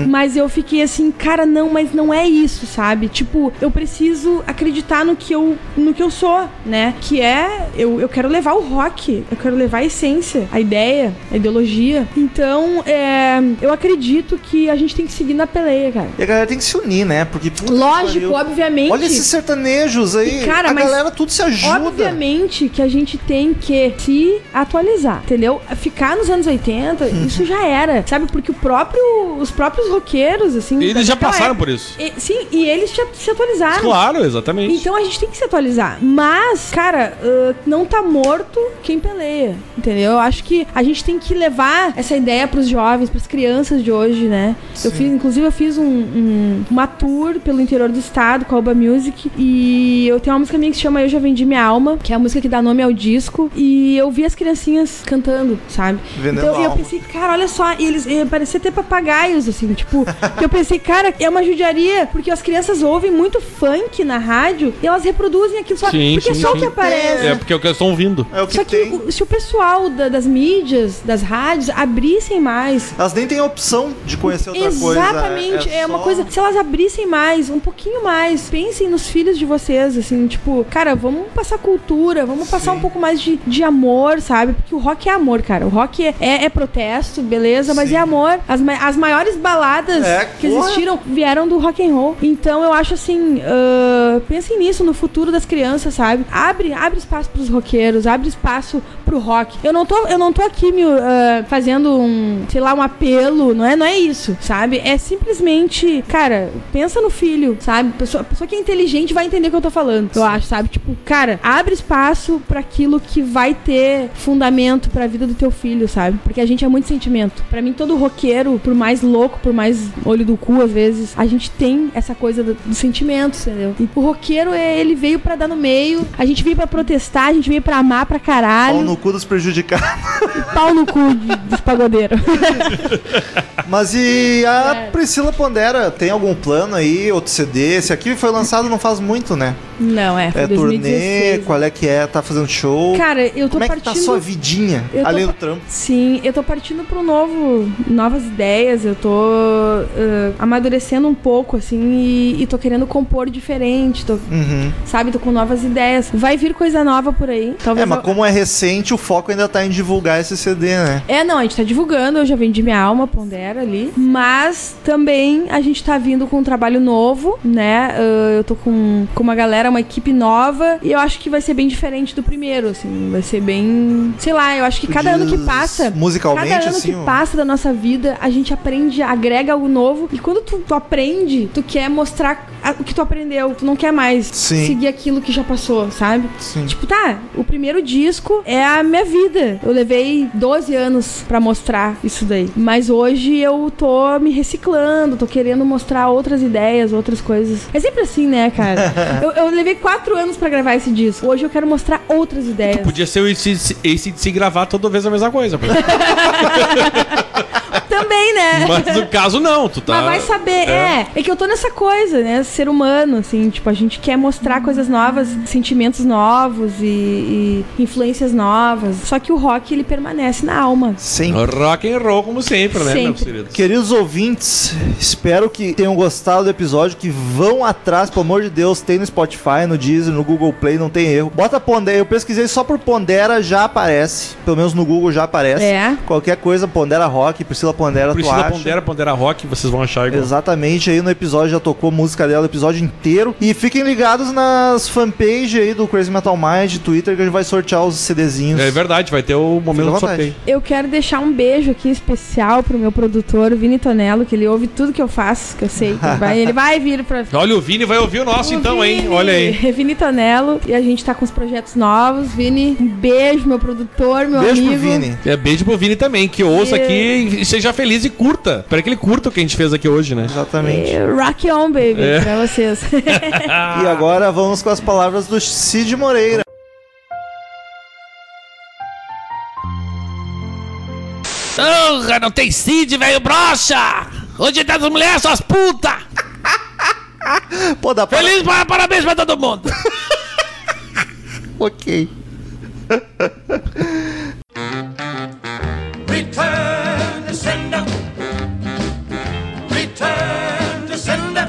Mas eu fiquei assim, cara, não, mas não é isso, sabe? Tipo, eu preciso acreditar no que eu, no que eu sou, né? Que é, eu, eu quero levar o rock, eu quero levar a essência, a ideia, a ideologia. Então, é, eu acredito que a gente tem que seguir na peleia, cara.
E a galera tem que se unir, né? Porque. puta que
Lógico,
pariu.
obviamente.
Olha esses sertanejos aí.
E, cara,
a
mas
galera tudo se ajuda.
Obviamente que a gente tem que se atualizar, entendeu? Ficar nos anos 80,
Uhum.
isso já era, sabe? Porque o próprio, os próprios roqueiros, assim.
Eles já
daquela
passaram
época-
por isso.
E- sim, e eles já se atualizaram.
Claro, exatamente.
Então a gente tem que se atualizar. Mas, cara, ah, não tá morto quem peleia, entendeu? Eu acho que a gente tem que levar essa ideia pros jovens, pras crianças de hoje, né? Eu fiz, inclusive, eu fiz um, um- uma tour pelo interior do estado com a Alba Music e eu tenho uma música minha que se chama Eu Já Vendi Minha Alma, que é a música que dá nome ao disco e eu vi as criancinhas cantando, sabe?
Vendendo
então, e eu
alma.
pensei, cara, olha só, e eles eh, parecia ter papagaios, assim, tipo. que eu pensei, cara, é uma judiaria, porque as crianças ouvem muito funk na rádio e elas reproduzem aquilo só.
Sim,
porque é
sim,
só o
sim.
que aparece.
É porque é o que eu estou ouvindo.
É o que
Só que
tem.
o- se o pessoal da- das mídias, das rádios, abrissem mais.
Elas nem têm opção de conhecer outra coisa.
Exatamente, é, uma
só-
coisa. Se elas abrissem mais, um pouquinho mais, pensem nos filhos de vocês, assim, tipo, cara, vamos passar cultura, vamos passar um pouco mais de, de amor, sabe? Porque o rock é amor, cara. O rock é, é, é protesto, beleza, mas
Sim.
é amor. As, ma- as maiores baladas
É,
que
porra.
existiram vieram do rock and roll. Então eu acho assim, ah, pensem nisso, no futuro das crianças, sabe? Abre, abre espaço pros roqueiros, abre espaço pro rock. Eu não tô, eu não tô aqui me ah, fazendo um, sei lá, um apelo, não é, não é isso, sabe? É simplesmente, cara, pensa no filho, sabe? Pessoa, pessoa que é inteligente vai entender o que eu tô falando. Eu acho, sabe? Tipo, cara, abre espaço pra aquilo que vai ter fundamento pra vida do teu filho, sabe? Porque a gente é muito sentimento. Pra mim todo roqueiro, por mais louco, por mais olho do cu às vezes, a gente tem essa coisa do- dos sentimentos, entendeu? E o roqueiro é- ele veio pra dar no meio, a gente veio pra protestar, a gente veio pra amar pra
Pau
caralho,
no cu dos prejudicados.
pau no cu de- dos pagodeiros.
Mas e
É.
a Priscila Pondera, tem algum plano aí? Outro CD? Esse aqui foi lançado não faz muito, né?
Não, é. foi
É turnê,
2016.
qual é que é? Tá fazendo show?
Cara, eu tô
Como é que
partindo.
tá a sua vidinha
Eu tô
além do
par-
trampo?
Sim, eu tô partindo pro novo, novas ideias, eu tô ah, amadurecendo um pouco, assim, e, e tô querendo compor diferente, tô,
Uhum.
sabe, tô com novas ideias. Vai vir coisa nova por aí. Talvez
É, mas
eu-
como é recente, o foco ainda tá em divulgar esse CD, né?
É, não, a gente tá divulgando, eu já vendi minha alma, pondera ali. Mas também a gente tá vindo com um trabalho novo, né? Ah, eu tô com, com uma galera, uma equipe nova, e eu acho que vai ser bem diferente do primeiro, assim. Vai ser bem. Sei lá, eu acho que cada ano que
Diz
passa.
Musicalmente,
Cada ano
assim.
que
o-
passa da nossa vida, a gente aprende, agrega algo novo. E quando tu, tu aprende, tu quer mostrar a- o que tu aprendeu. Tu não quer mais
Sim.
seguir aquilo que já passou, sabe?
Sim.
Tipo, tá, o primeiro disco é a minha vida. Eu levei 12 anos pra mostrar isso daí. Mas hoje eu tô me reciclando, tô querendo mostrar outras ideias, outras coisas. É sempre assim, né, cara? eu, eu levei 4 anos pra gravar esse disco. Hoje eu quero mostrar outras ideias.
Podia ser o ACDC ACDC gravar toda vez a mesma coisa.
Também, né?
Mas no caso, não. Tu tá...
Mas vai saber, é. é. que eu tô nessa coisa, né? Ser humano, assim, tipo, a gente quer mostrar coisas novas, sentimentos novos e, e influências novas. Só que o rock, ele permanece na alma.
Sim.
Rock and roll, como sempre, né, meus
Sempre.
queridos?
Queridos ouvintes, espero que tenham gostado do episódio, que vão atrás, pelo amor de Deus, tem no Spotify, no Deezer, no Google Play, não tem erro. Bota Pondera, eu pesquisei só por Pondera, já aparece, pelo menos no Google já aparece.
É.
Qualquer coisa, Pondera Rock, Priscila Pondera, tu
Priscila
acha.
Pondera, Pondera Rock, vocês vão achar igual.
Exatamente, aí no episódio já tocou a música dela o episódio inteiro. E fiquem ligados nas fanpage aí do Crazy Metal Mind, Twitter, que a gente vai sortear os CDzinhos.
É verdade, vai ter o momento
Fica à
do
vontade.
sorteio.
Eu quero deixar um beijo aqui especial pro meu produtor, Vini Tonello, que ele ouve tudo que eu faço, que eu sei. que ele vai- ele vai vir pra
Olha, o Vini vai ouvir o nosso,
O
então, hein?
Vini.
Olha aí.
Vini Tonello. E a gente tá com os projetos novos. Vini, um beijo, meu produtor, meu
Beijo
amigo.
pro Vini.
É, beijo pro Vini também, que ouça
E-
aqui e seja feliz e curta. Espero que ele curta o que a gente fez aqui hoje, né?
Exatamente.
Eh, Rock on, baby,
É.
pra vocês.
E agora vamos com as palavras do Cid Moreira.
Porra, não tem Cid, velho broxa! Hoje tá as mulheres, suas puta!
Pô, dá pra...
Feliz pa- parabéns pra todo mundo!
Ok.
Return to sender. Return to sender.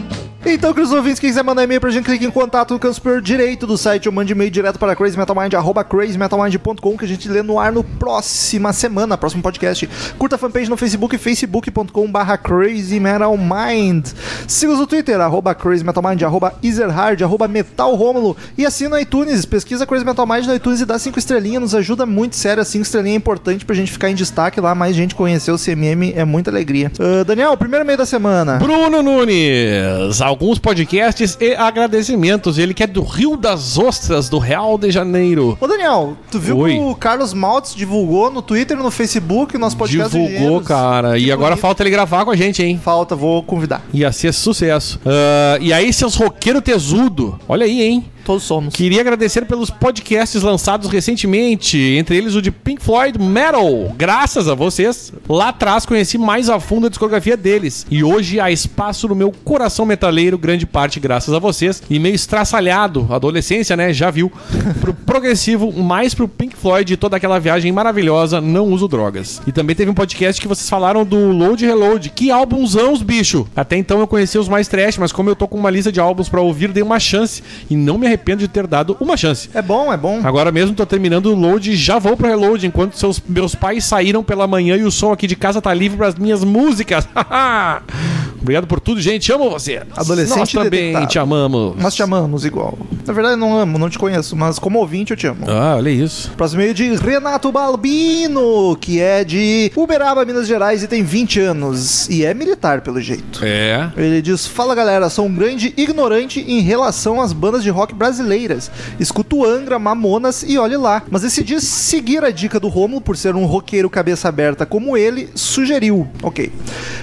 Então, queridos ouvintes, quem quiser mandar e-mail pra gente, clique em contato no canto superior direito do site ou mande e-mail direto para crazymetalmind, arroba crazymetalmind.com, que a gente lê no ar no próxima semana, próximo podcast. Curta a fanpage no Facebook, facebook.com barra crazymetalmind. Siga-os no Twitter, arroba crazymetalmind, arroba ezerhard, arroba metalromulo e assina no iTunes, pesquisa Crazy Metal Mind no iTunes e dá cinco estrelinhas, nos ajuda muito, sério, 5 estrelinhas é importante pra gente ficar em destaque lá, mais gente conhecer o CMM, é muita alegria. Ah, Daniel, primeiro e-mail da semana.
Bruno Nunes, alguns podcasts e agradecimentos. Ele que é do Rio das Ostras, do Real de Janeiro.
Ô Daniel, tu viu
Oi.
que o Carlos Maltz divulgou no Twitter e no Facebook o nosso podcast de
Divulgou,
gêneros?
cara. E agora
bonito.
falta ele gravar com a gente, hein?
Falta, vou convidar.
Ia ser sucesso. Ah, e aí, seus roqueiros tesudo. Olha aí, hein?
Todos somos.
Queria agradecer pelos podcasts lançados recentemente, entre eles o de Pink Floyd Metal. Graças a vocês, lá atrás conheci mais a fundo a discografia deles. E hoje há espaço no meu coração metaleiro, grande parte graças a vocês. E meio estraçalhado, adolescência, né? Já viu. Pro progressivo, mais pro Pink Floyd e toda aquela viagem maravilhosa, não uso drogas. E também teve um podcast que vocês falaram do Load e Reload. Que álbumzão, os bicho! Até então eu conhecia os mais trash, mas como eu tô com uma lista de álbuns pra ouvir, dei uma chance. E não me arrependo de ter dado uma chance.
É bom, é bom.
Agora mesmo tô terminando o load e já vou pro reload, enquanto seus meus pais saíram pela manhã e o som aqui de casa tá livre pras minhas músicas. Obrigado por tudo, gente. Amo você.
Adolescente
Nós também
detectado.
te amamos.
Nós te amamos igual. Na verdade, eu não amo, não te conheço, mas como ouvinte eu te amo.
Ah, olha isso.
Próximo e-mail de Renato Balbino, que é de Uberaba, Minas Gerais e tem 20 anos. E é militar, pelo jeito.
É.
Ele diz: Fala galera, sou um grande ignorante em relação às bandas de rock brasileiras. Escuto Angra, Mamonas e olhe lá. Mas decidi seguir a dica do Romulo por ser um roqueiro cabeça aberta como ele sugeriu. Ok.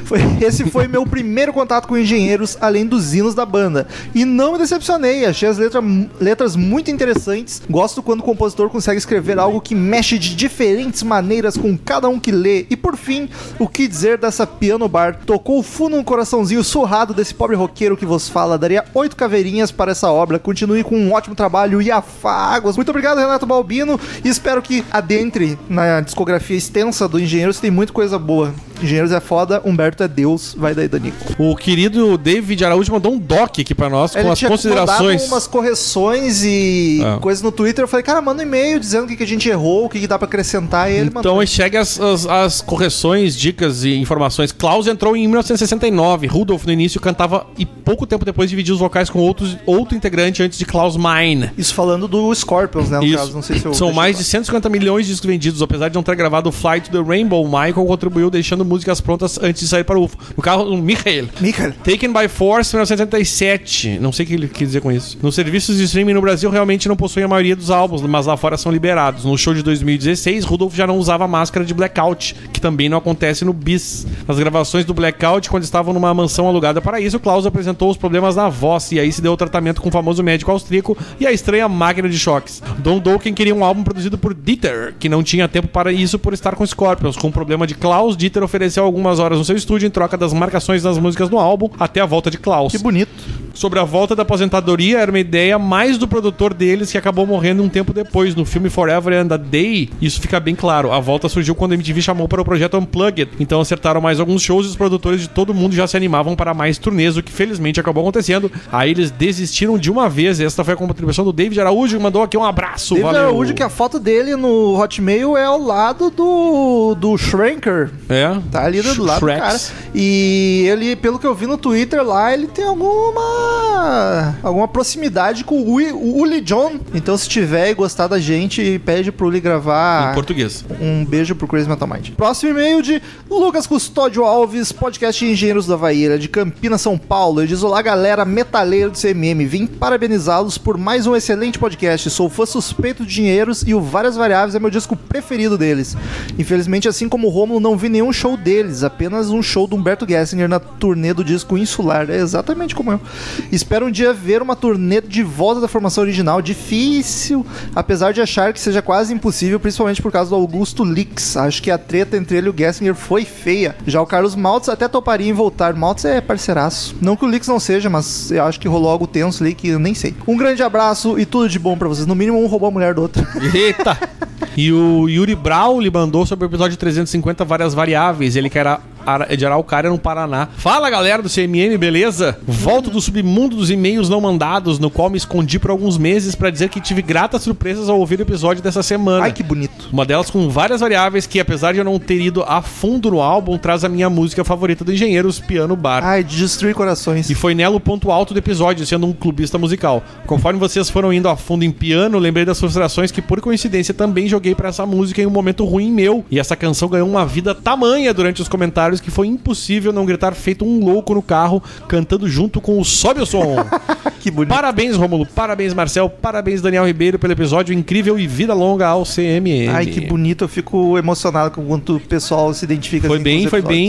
Foi- esse foi meu primeiro contato com engenheiros, além dos hinos da banda. E não me decepcionei, achei as letra- letras muito interessantes. Gosto quando o compositor consegue escrever algo que mexe de diferentes maneiras com cada um que lê. E por fim, o que dizer dessa piano bar? Tocou fundo no coraçãozinho surrado desse pobre roqueiro que vos fala. Daria oito caveirinhas para essa obra. Continue com um ótimo trabalho e afagos. Muito obrigado, Renato Balbino. E espero que adentre na discografia extensa do Engenheiros, tem muita coisa boa. Engenheiros é foda, Humberto é Deus. Vai daí, Danico.
O querido David Araújo mandou um doc aqui pra nós com as considerações.
umas correções e
Ah.
coisas no Twitter. Eu falei, cara, manda um e-mail dizendo o que, que a gente errou, o que, que dá pra acrescentar. E ele
Então enxergue as, as, as correções, dicas e informações. Klaus entrou em 1969. Rudolf, no início, cantava e pouco tempo depois dividiu os vocais com outros, outro integrante antes de Klaus Mine.
Isso falando do Scorpions, né? No caso, não sei se eu
São
deixei
mais de
claro.
150 milhões de discos vendidos. Apesar de não ter gravado Fly to the Rainbow, Michael contribuiu deixando músicas prontas antes de sair para o UFO. No carro, o Michael.
Michael,
Taken by Force, 1977. Não sei o que ele quis dizer com isso. Nos serviços de streaming no Brasil realmente não possuem a maioria dos álbuns, mas lá fora são liberados. No show de 2016, Rudolph já não usava máscara de blackout, que também não acontece no bis. Nas gravações do blackout, quando estavam numa mansão alugada para isso, Klaus apresentou os problemas na voz e aí se deu o tratamento com o famoso médico austríaco e a estranha máquina de choques. Don Dokken queria um álbum produzido por Dieter, que não tinha tempo para isso por estar com Scorpions. Com o problema de Klaus, Dieter ofereceu algumas horas no seu estúdio em troca das marcações das músicas no álbum até a volta de Klaus.
que bonito.
Sobre a volta da aposentadoria, era uma ideia mais do produtor deles que acabou morrendo um tempo depois, no filme Forever and a Day. Isso fica bem claro. A volta surgiu quando a MTV chamou para o projeto Unplugged. Então acertaram mais alguns shows e os produtores de todo mundo já se animavam para mais turnês, o que felizmente acabou acontecendo. Aí eles desistiram de uma vez. Esta foi a contribuição do David Araújo, que mandou aqui um abraço.
David
Valeu.
Araújo, que é a foto dele no Hotmail é ao lado do, do Shrinker.
É.
Tá ali do lado do cara.
Shreks.
E ele, pelo que eu vi no Twitter lá, ele tem alguma alguma proximidade com o Uli, o Uli John. Então, se tiver e gostar da gente, pede pro Uli gravar
Em português.
um beijo pro Crazy Metal Mind. Próximo e-mail de Lucas Custódio Alves, podcast Engenheiros da Havaí, ele é de Campinas, São Paulo. Ele diz: Olá, galera metaleiro do CMM. Vim parabenizá-los por mais um excelente podcast. Sou fã suspeito de Dinheiros e o Várias Variáveis é meu disco preferido deles. Infelizmente, assim como o Romulo, não vi nenhum show deles, apenas um show do Humberto Gessinger na turnê do disco Insular. É exatamente como eu. Espero um dia ver uma turnê de volta da formação original. Difícil, apesar de achar que seja quase impossível, principalmente por causa do Augusto Lix. Acho que a treta entre ele e o Gessinger foi feia. Já o Carlos Maltz até toparia em voltar. Maltz é parceiraço. Não que o Lix não seja, mas eu acho que rolou algo tenso ali que eu nem sei. Um grande abraço e tudo de bom pra vocês. No mínimo, um roubou a mulher do outro.
Eita! E o Yuri Brauli mandou sobre o episódio 350 várias variáveis. Ele que era ara- de Araucária, no Paraná. Fala, galera do CMM, beleza? Volto do submundo dos e-mails não mandados, no qual me escondi por alguns meses pra dizer que tive gratas surpresas ao ouvir o episódio dessa semana.
Ai, que bonito.
Uma delas com várias variáveis que, apesar de eu não ter ido a fundo no álbum, traz a minha música favorita do Engenheiros, Piano Bar.
Ai, de destruir corações.
E foi nela o ponto alto do episódio, sendo um clubista musical. Conforme vocês foram indo a fundo em piano, lembrei das frustrações que, por coincidência, também joguei pra essa música em um momento ruim meu. E essa canção ganhou uma vida tamanha durante os comentários que foi impossível não gritar feito um louco no carro, cantando junto com o Sobe o Som.
Que bonito.
parabéns, Rômulo. Parabéns, Marcel. Parabéns, Daniel Ribeiro, pelo episódio incrível e vida longa ao CMN.
Ai, que bonito. Eu fico emocionado com quanto o pessoal se identifica
Foi
assim, com
bem,
os
foi
episódios.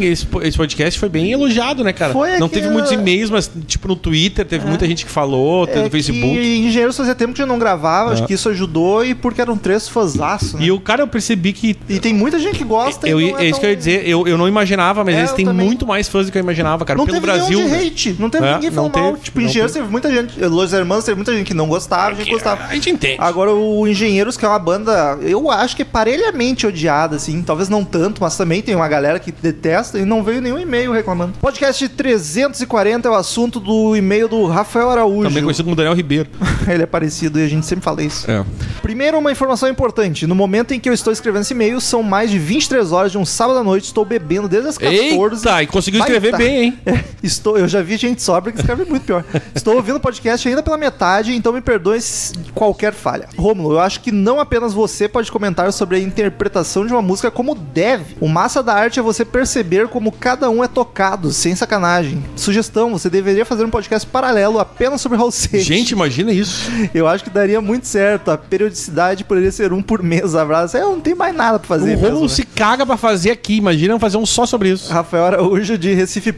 bem. Esse, po- esse podcast foi bem elogiado, né, cara?
Foi
Não
aqui,
teve
eu-
muitos e-mails, mas, tipo, no Twitter, teve muita gente que falou, teve
É
no Facebook. É.
Que engenheiros fazia tempo que eu não gravava, acho que isso ajudou e porque eram três fãzaço, né?
E o cara, eu percebi que.
E tem muita gente que gosta
Eu,
e
é
não
isso que eu ia
tão-
dizer, eu, eu não imaginava, mas
É,
eles
eu
têm
também.
muito mais fãs do que eu imaginava, cara.
Não
Pelo
teve
Brasil.
nenhum de hate, não teve
É,
ninguém
não
falando mal.
teve,
Tipo,
não
engenheiros teve muita gente, Los Hermanos teve muita gente que não gostava,
É,
gente que gostava.
A gente entende.
Agora, o Engenheiros, que é uma banda, eu acho que é parelhamente odiada, assim. Talvez não tanto, mas também tem uma galera que detesta e não veio nenhum e-mail reclamando. Podcast 340 é o assunto do e-mail do Rafael Araújo.
Também conhecido como Daniel Ribeiro.
Ele é parecido e a gente sempre fala isso.
É.
Primeiro, uma informação importante. No momento em que eu estou escrevendo esse e-mail, são mais de 23 horas de um sábado à noite. Estou bebendo desde as 14.
É. Eita, e conseguiu
Vai
escrever
tá.
bem, hein?
É, Estou, eu já vi gente sobra que escreve muito pior. Estou ouvindo o podcast ainda pela metade, então me perdoe se- qualquer falha. Rômulo, eu acho que não apenas você pode comentar sobre a interpretação de uma música como deve. O massa da arte é você perceber como cada um é tocado, sem sacanagem. Sugestão, você deveria fazer um podcast paralelo apenas sobre Hall Seixas.
Gente, imagina isso.
Eu acho que daria muito certo. A periodicidade poderia ser um por mês, abraço. É, não tem mais nada pra
O
fazer mesmo,
Um Romulo
né? Ah,
se caga pra fazer aqui. Imagina fazer um só sobre isso.
Rafael Araújo de Recife,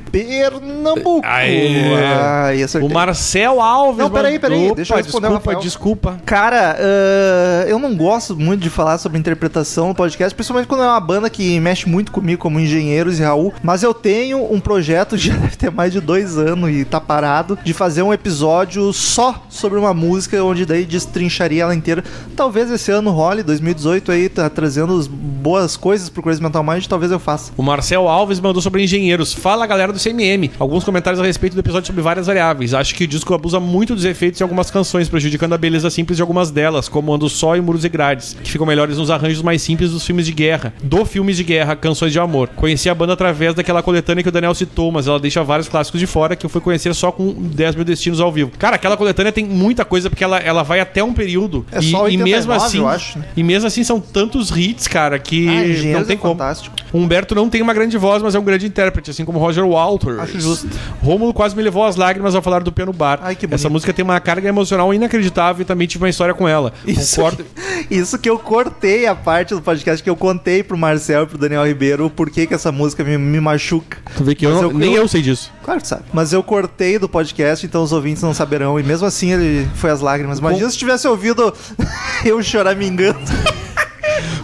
Pernambuco.
Aê.
Ai,
O
acertei.
Marcel Alves.
Não, peraí, peraí,
Opa,
deixa eu responder ao
desculpa,
Rafael.
desculpa.
Cara, ah, eu não gosto muito de falar sobre interpretação no podcast, principalmente quando é uma banda que mexe muito comigo, como Engenheiros e Raul. Mas eu tenho um projeto, já deve ter mais de dois anos e tá parado, de fazer um episódio só sobre uma música, onde daí destrincharia ela inteira. Talvez esse ano role, 2018 aí, tá trazendo as boas coisas pro Crazy Mental Mind, talvez eu faça.
O Marcel Alves mandou sobre engenheiros. Fala, galera do CMM. Alguns comentários a respeito do episódio sobre várias variáveis. Acho que o disco abusa muito dos efeitos em algumas canções, prejudicando a beleza simples de algumas delas, como Ando Só e Muros e Grades, que ficam melhores nos arranjos mais simples dos filmes de guerra. Do filmes de guerra, Canções de Amor. Conheci a banda através daquela coletânea que o Daniel citou, mas ela deixa vários clássicos de fora que eu fui conhecer só com 10 mil destinos ao vivo. Cara, aquela coletânea tem muita coisa, porque ela, ela vai até um período.
É
e,
só
e mesmo
89,
assim,
eu acho, né?
E mesmo assim são tantos hits, cara, que
Ah,
não
Engenheiros
então tem
é
como.
fantástico.
O Humberto não tem uma grande voz, mas é um grande intérprete, assim como Roger Walters.
Acho justo.
Rômulo quase me levou às lágrimas ao falar do Piano Bar.
Ai, que bonito.
Essa música tem uma carga emocional inacreditável e também tive uma história com ela.
Isso,
Concordo.
isso que eu cortei a parte do podcast que eu contei pro Marcel e pro Daniel Ribeiro por que que essa música me, me machuca.
Tu vê que eu
Mas
não-
eu-
nem
eu-
eu sei disso.
Claro que sabe. Mas eu cortei do podcast, então os ouvintes não saberão. E mesmo assim ele foi às lágrimas. Imagina se tivesse ouvido eu choramingando.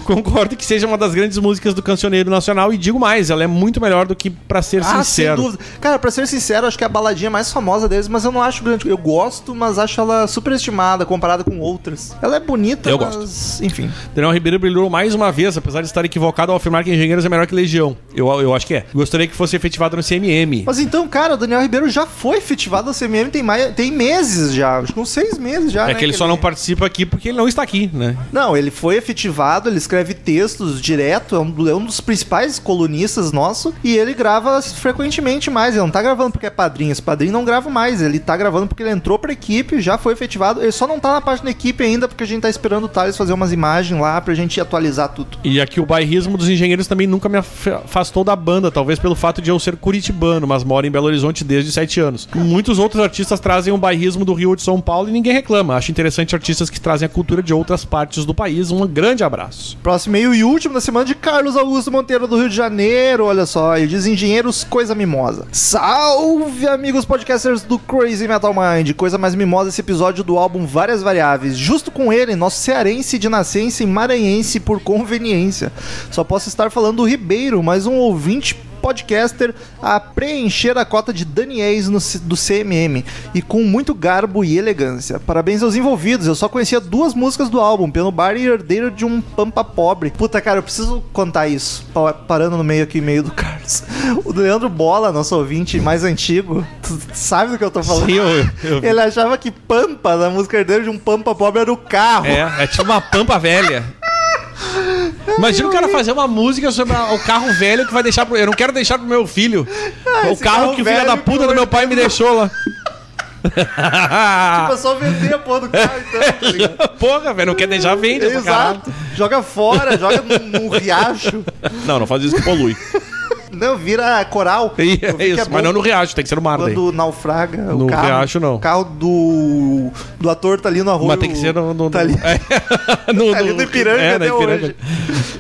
Concordo que seja uma das grandes músicas do cancioneiro nacional e digo mais, ela é muito melhor do que pra ser sincero.
Ah, dúvida. Cara, pra ser sincero, acho que é a baladinha mais famosa deles, mas eu não acho grande. Eu gosto, mas acho ela superestimada comparada com outras. Ela é bonita,
Eu
mas. Enfim.
Daniel Ribeiro brilhou mais uma vez, apesar de estar equivocado ao afirmar que Engenheiros é melhor que Legião. Eu, eu acho que é. Gostaria que fosse efetivado no CMM.
Mas então, cara, o Daniel Ribeiro já foi efetivado ao CMM tem, mais, tem meses já. Acho que uns seis meses já.
é
né,
que ele só não participa aqui porque ele não está aqui, né?
Não, ele foi efetivado, ele escreve textos direto, é um, do- é um dos principais colunistas nosso, e ele grava frequentemente mais. Ele não tá gravando porque é padrinho, esse padrinho não grava mais, ele tá gravando porque ele entrou pra equipe, já foi efetivado, ele só não tá na página da equipe ainda porque a gente tá esperando o Thales fazer umas imagens lá pra gente atualizar tudo.
E aqui o bairrismo dos engenheiros também nunca me af- afastou da banda, talvez pelo fato de eu ser curitibano, mas moro em Belo Horizonte desde 7 anos. Muitos outros artistas trazem o bairrismo do Rio ou de São Paulo e ninguém reclama. Acho interessante artistas que trazem a cultura de outras partes do país. Um grande abraço.
Próximo e-mail e último da semana de Carlos Augusto Monteiro do Rio de Janeiro. Olha só, ele diz engenheiros, coisa mimosa. Salve, amigos podcasters do Crazy Metal Mind. Coisa mais mimosa esse episódio do álbum Várias Variáveis. Justo com ele, nosso cearense de nascença e maranhense por conveniência. Só posso estar falando do Ribeiro, mas um ouvinte podcaster a preencher a cota de Daniéis no C- do CMM e com muito garbo e elegância. Parabéns aos envolvidos, eu só conhecia duas músicas do álbum, Pelo Bar e Herdeiro de um Pampa Pobre. Puta, cara, eu preciso contar isso, Pa- parando no meio aqui, meio do Carlos. O Leandro Bola, nosso ouvinte mais antigo, tu sabe do que eu tô falando? Ele achava que Pampa, da música Herdeiro de um Pampa Pobre, era o carro.
É, é tipo uma pampa velha. Imagina o cara fazer uma música sobre a- o carro velho que vai deixar pro. Eu não quero deixar pro meu filho. o
Ah, esse
carro,
carro
que o filho
velho
da
que
puta
eu
do meu pai me deixou lá.
O pessoal vendia a porra do carro, então, tá ligado?
Porra, velho, não quer deixar, vende. essa é caralho.
Exato. Joga fora, joga num, num riacho.
Não, não faz isso que polui.
Não, vira coral.
É
Eu vi que
isso,
bom
mas não no riacho, tem que ser no mar daí.
Quando naufraga o
No
carro.
riacho, não.
O carro do, do ator tá ali no arroio.
Mas tem que ser no... no
tá ali,
É, no,
tá ali no Ipiranga
é,
até
na Ipiranga.
hoje.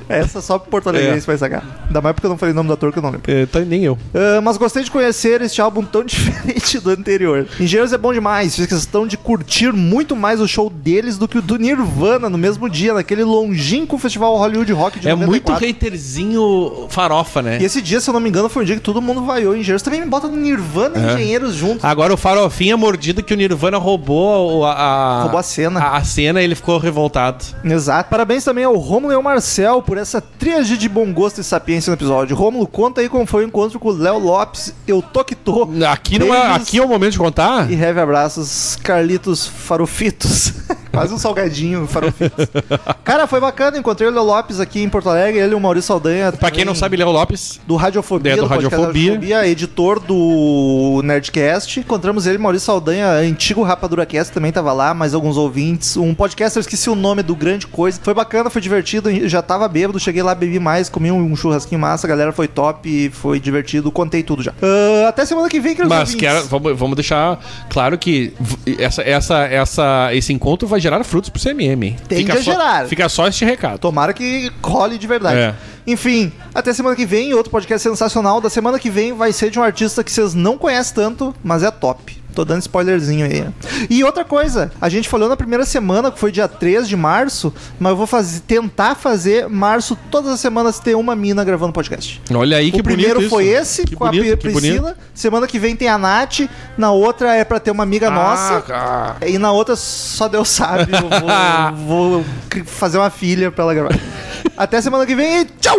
É, Essa só pro Porto Alegre
É.
vai sacar. Ainda mais porque eu não falei o nome do ator que eu não lembro.
É, tá, nem eu.
Ah, mas gostei de conhecer este álbum tão diferente do anterior. Engenheiros é bom demais, fiz questão de curtir muito mais o show deles do que o do Nirvana no mesmo dia, naquele longínquo festival Hollywood Rock de
é
94.
muito haterzinho farofa, né?
E esse dia, se eu não me engano, foi um dia que todo mundo vaiou Engenheiros. Também me bota no Nirvana
É.
e Engenheiros juntos.
Agora o farofinha mordido que o Nirvana roubou o- a...
Roubou a cena.
A, a cena e ele ficou revoltado.
Exato. Parabéns também ao Rômulo e ao Marcel por essa tríade de bom gosto e sapiência no episódio. Rômulo, conta aí como foi o encontro com o Léo Lopes. Eu tô que tô.
Aqui, não é,
Beijos
aqui é o momento de contar?
E heavy abraços, Carlitos Farofitos. Quase um salgadinho farofito. Cara, foi bacana. Encontrei o Léo Lopes aqui em Porto Alegre. Ele e o Maurício Aldanha.
Pra quem não
também
sabe, Léo Lopes.
do Radiofobia,
É, do
podcast
Radiofobia.
editor do Nerdcast. Encontramos ele, Maurício Saldanha, antigo RapaduraCast, também tava lá, mais alguns ouvintes. Um podcast, eu esqueci o nome do Grande Coisa. Foi bacana, foi divertido, eu já tava bêbado, cheguei lá, bebi mais, comi um, um churrasquinho massa, a galera foi top, foi divertido, contei tudo já. Ah, até semana que vem, queridos
Mas
ouvintes.
quero, vamos, vamos deixar claro que v- essa, essa, essa, esse encontro vai gerar frutos pro CMM. hein?
Tende
fica
a
só-
gerar.
Fica só este recado.
Tomara que role de verdade.
É.
Enfim, até semana que vem, outro podcast sensacional. Da semana que vem vai ser de um artista que vocês não conhecem tanto, mas é top. Tô dando spoilerzinho aí. E outra coisa, a gente falou na primeira semana, que foi dia 3 de março, mas eu vou fazer, tentar fazer março todas as semanas ter uma mina gravando podcast.
Olha aí que
o primeiro
bonito
foi
isso.
esse,
que
com
bonito,
a Pri-
que bonito.
Priscila. Semana que vem tem a Nath. Na outra é pra ter uma amiga nossa.
Ah,
E na outra, só Deus sabe. Eu vou, vou cri- fazer uma filha pra ela gravar. Até semana que vem e tchau!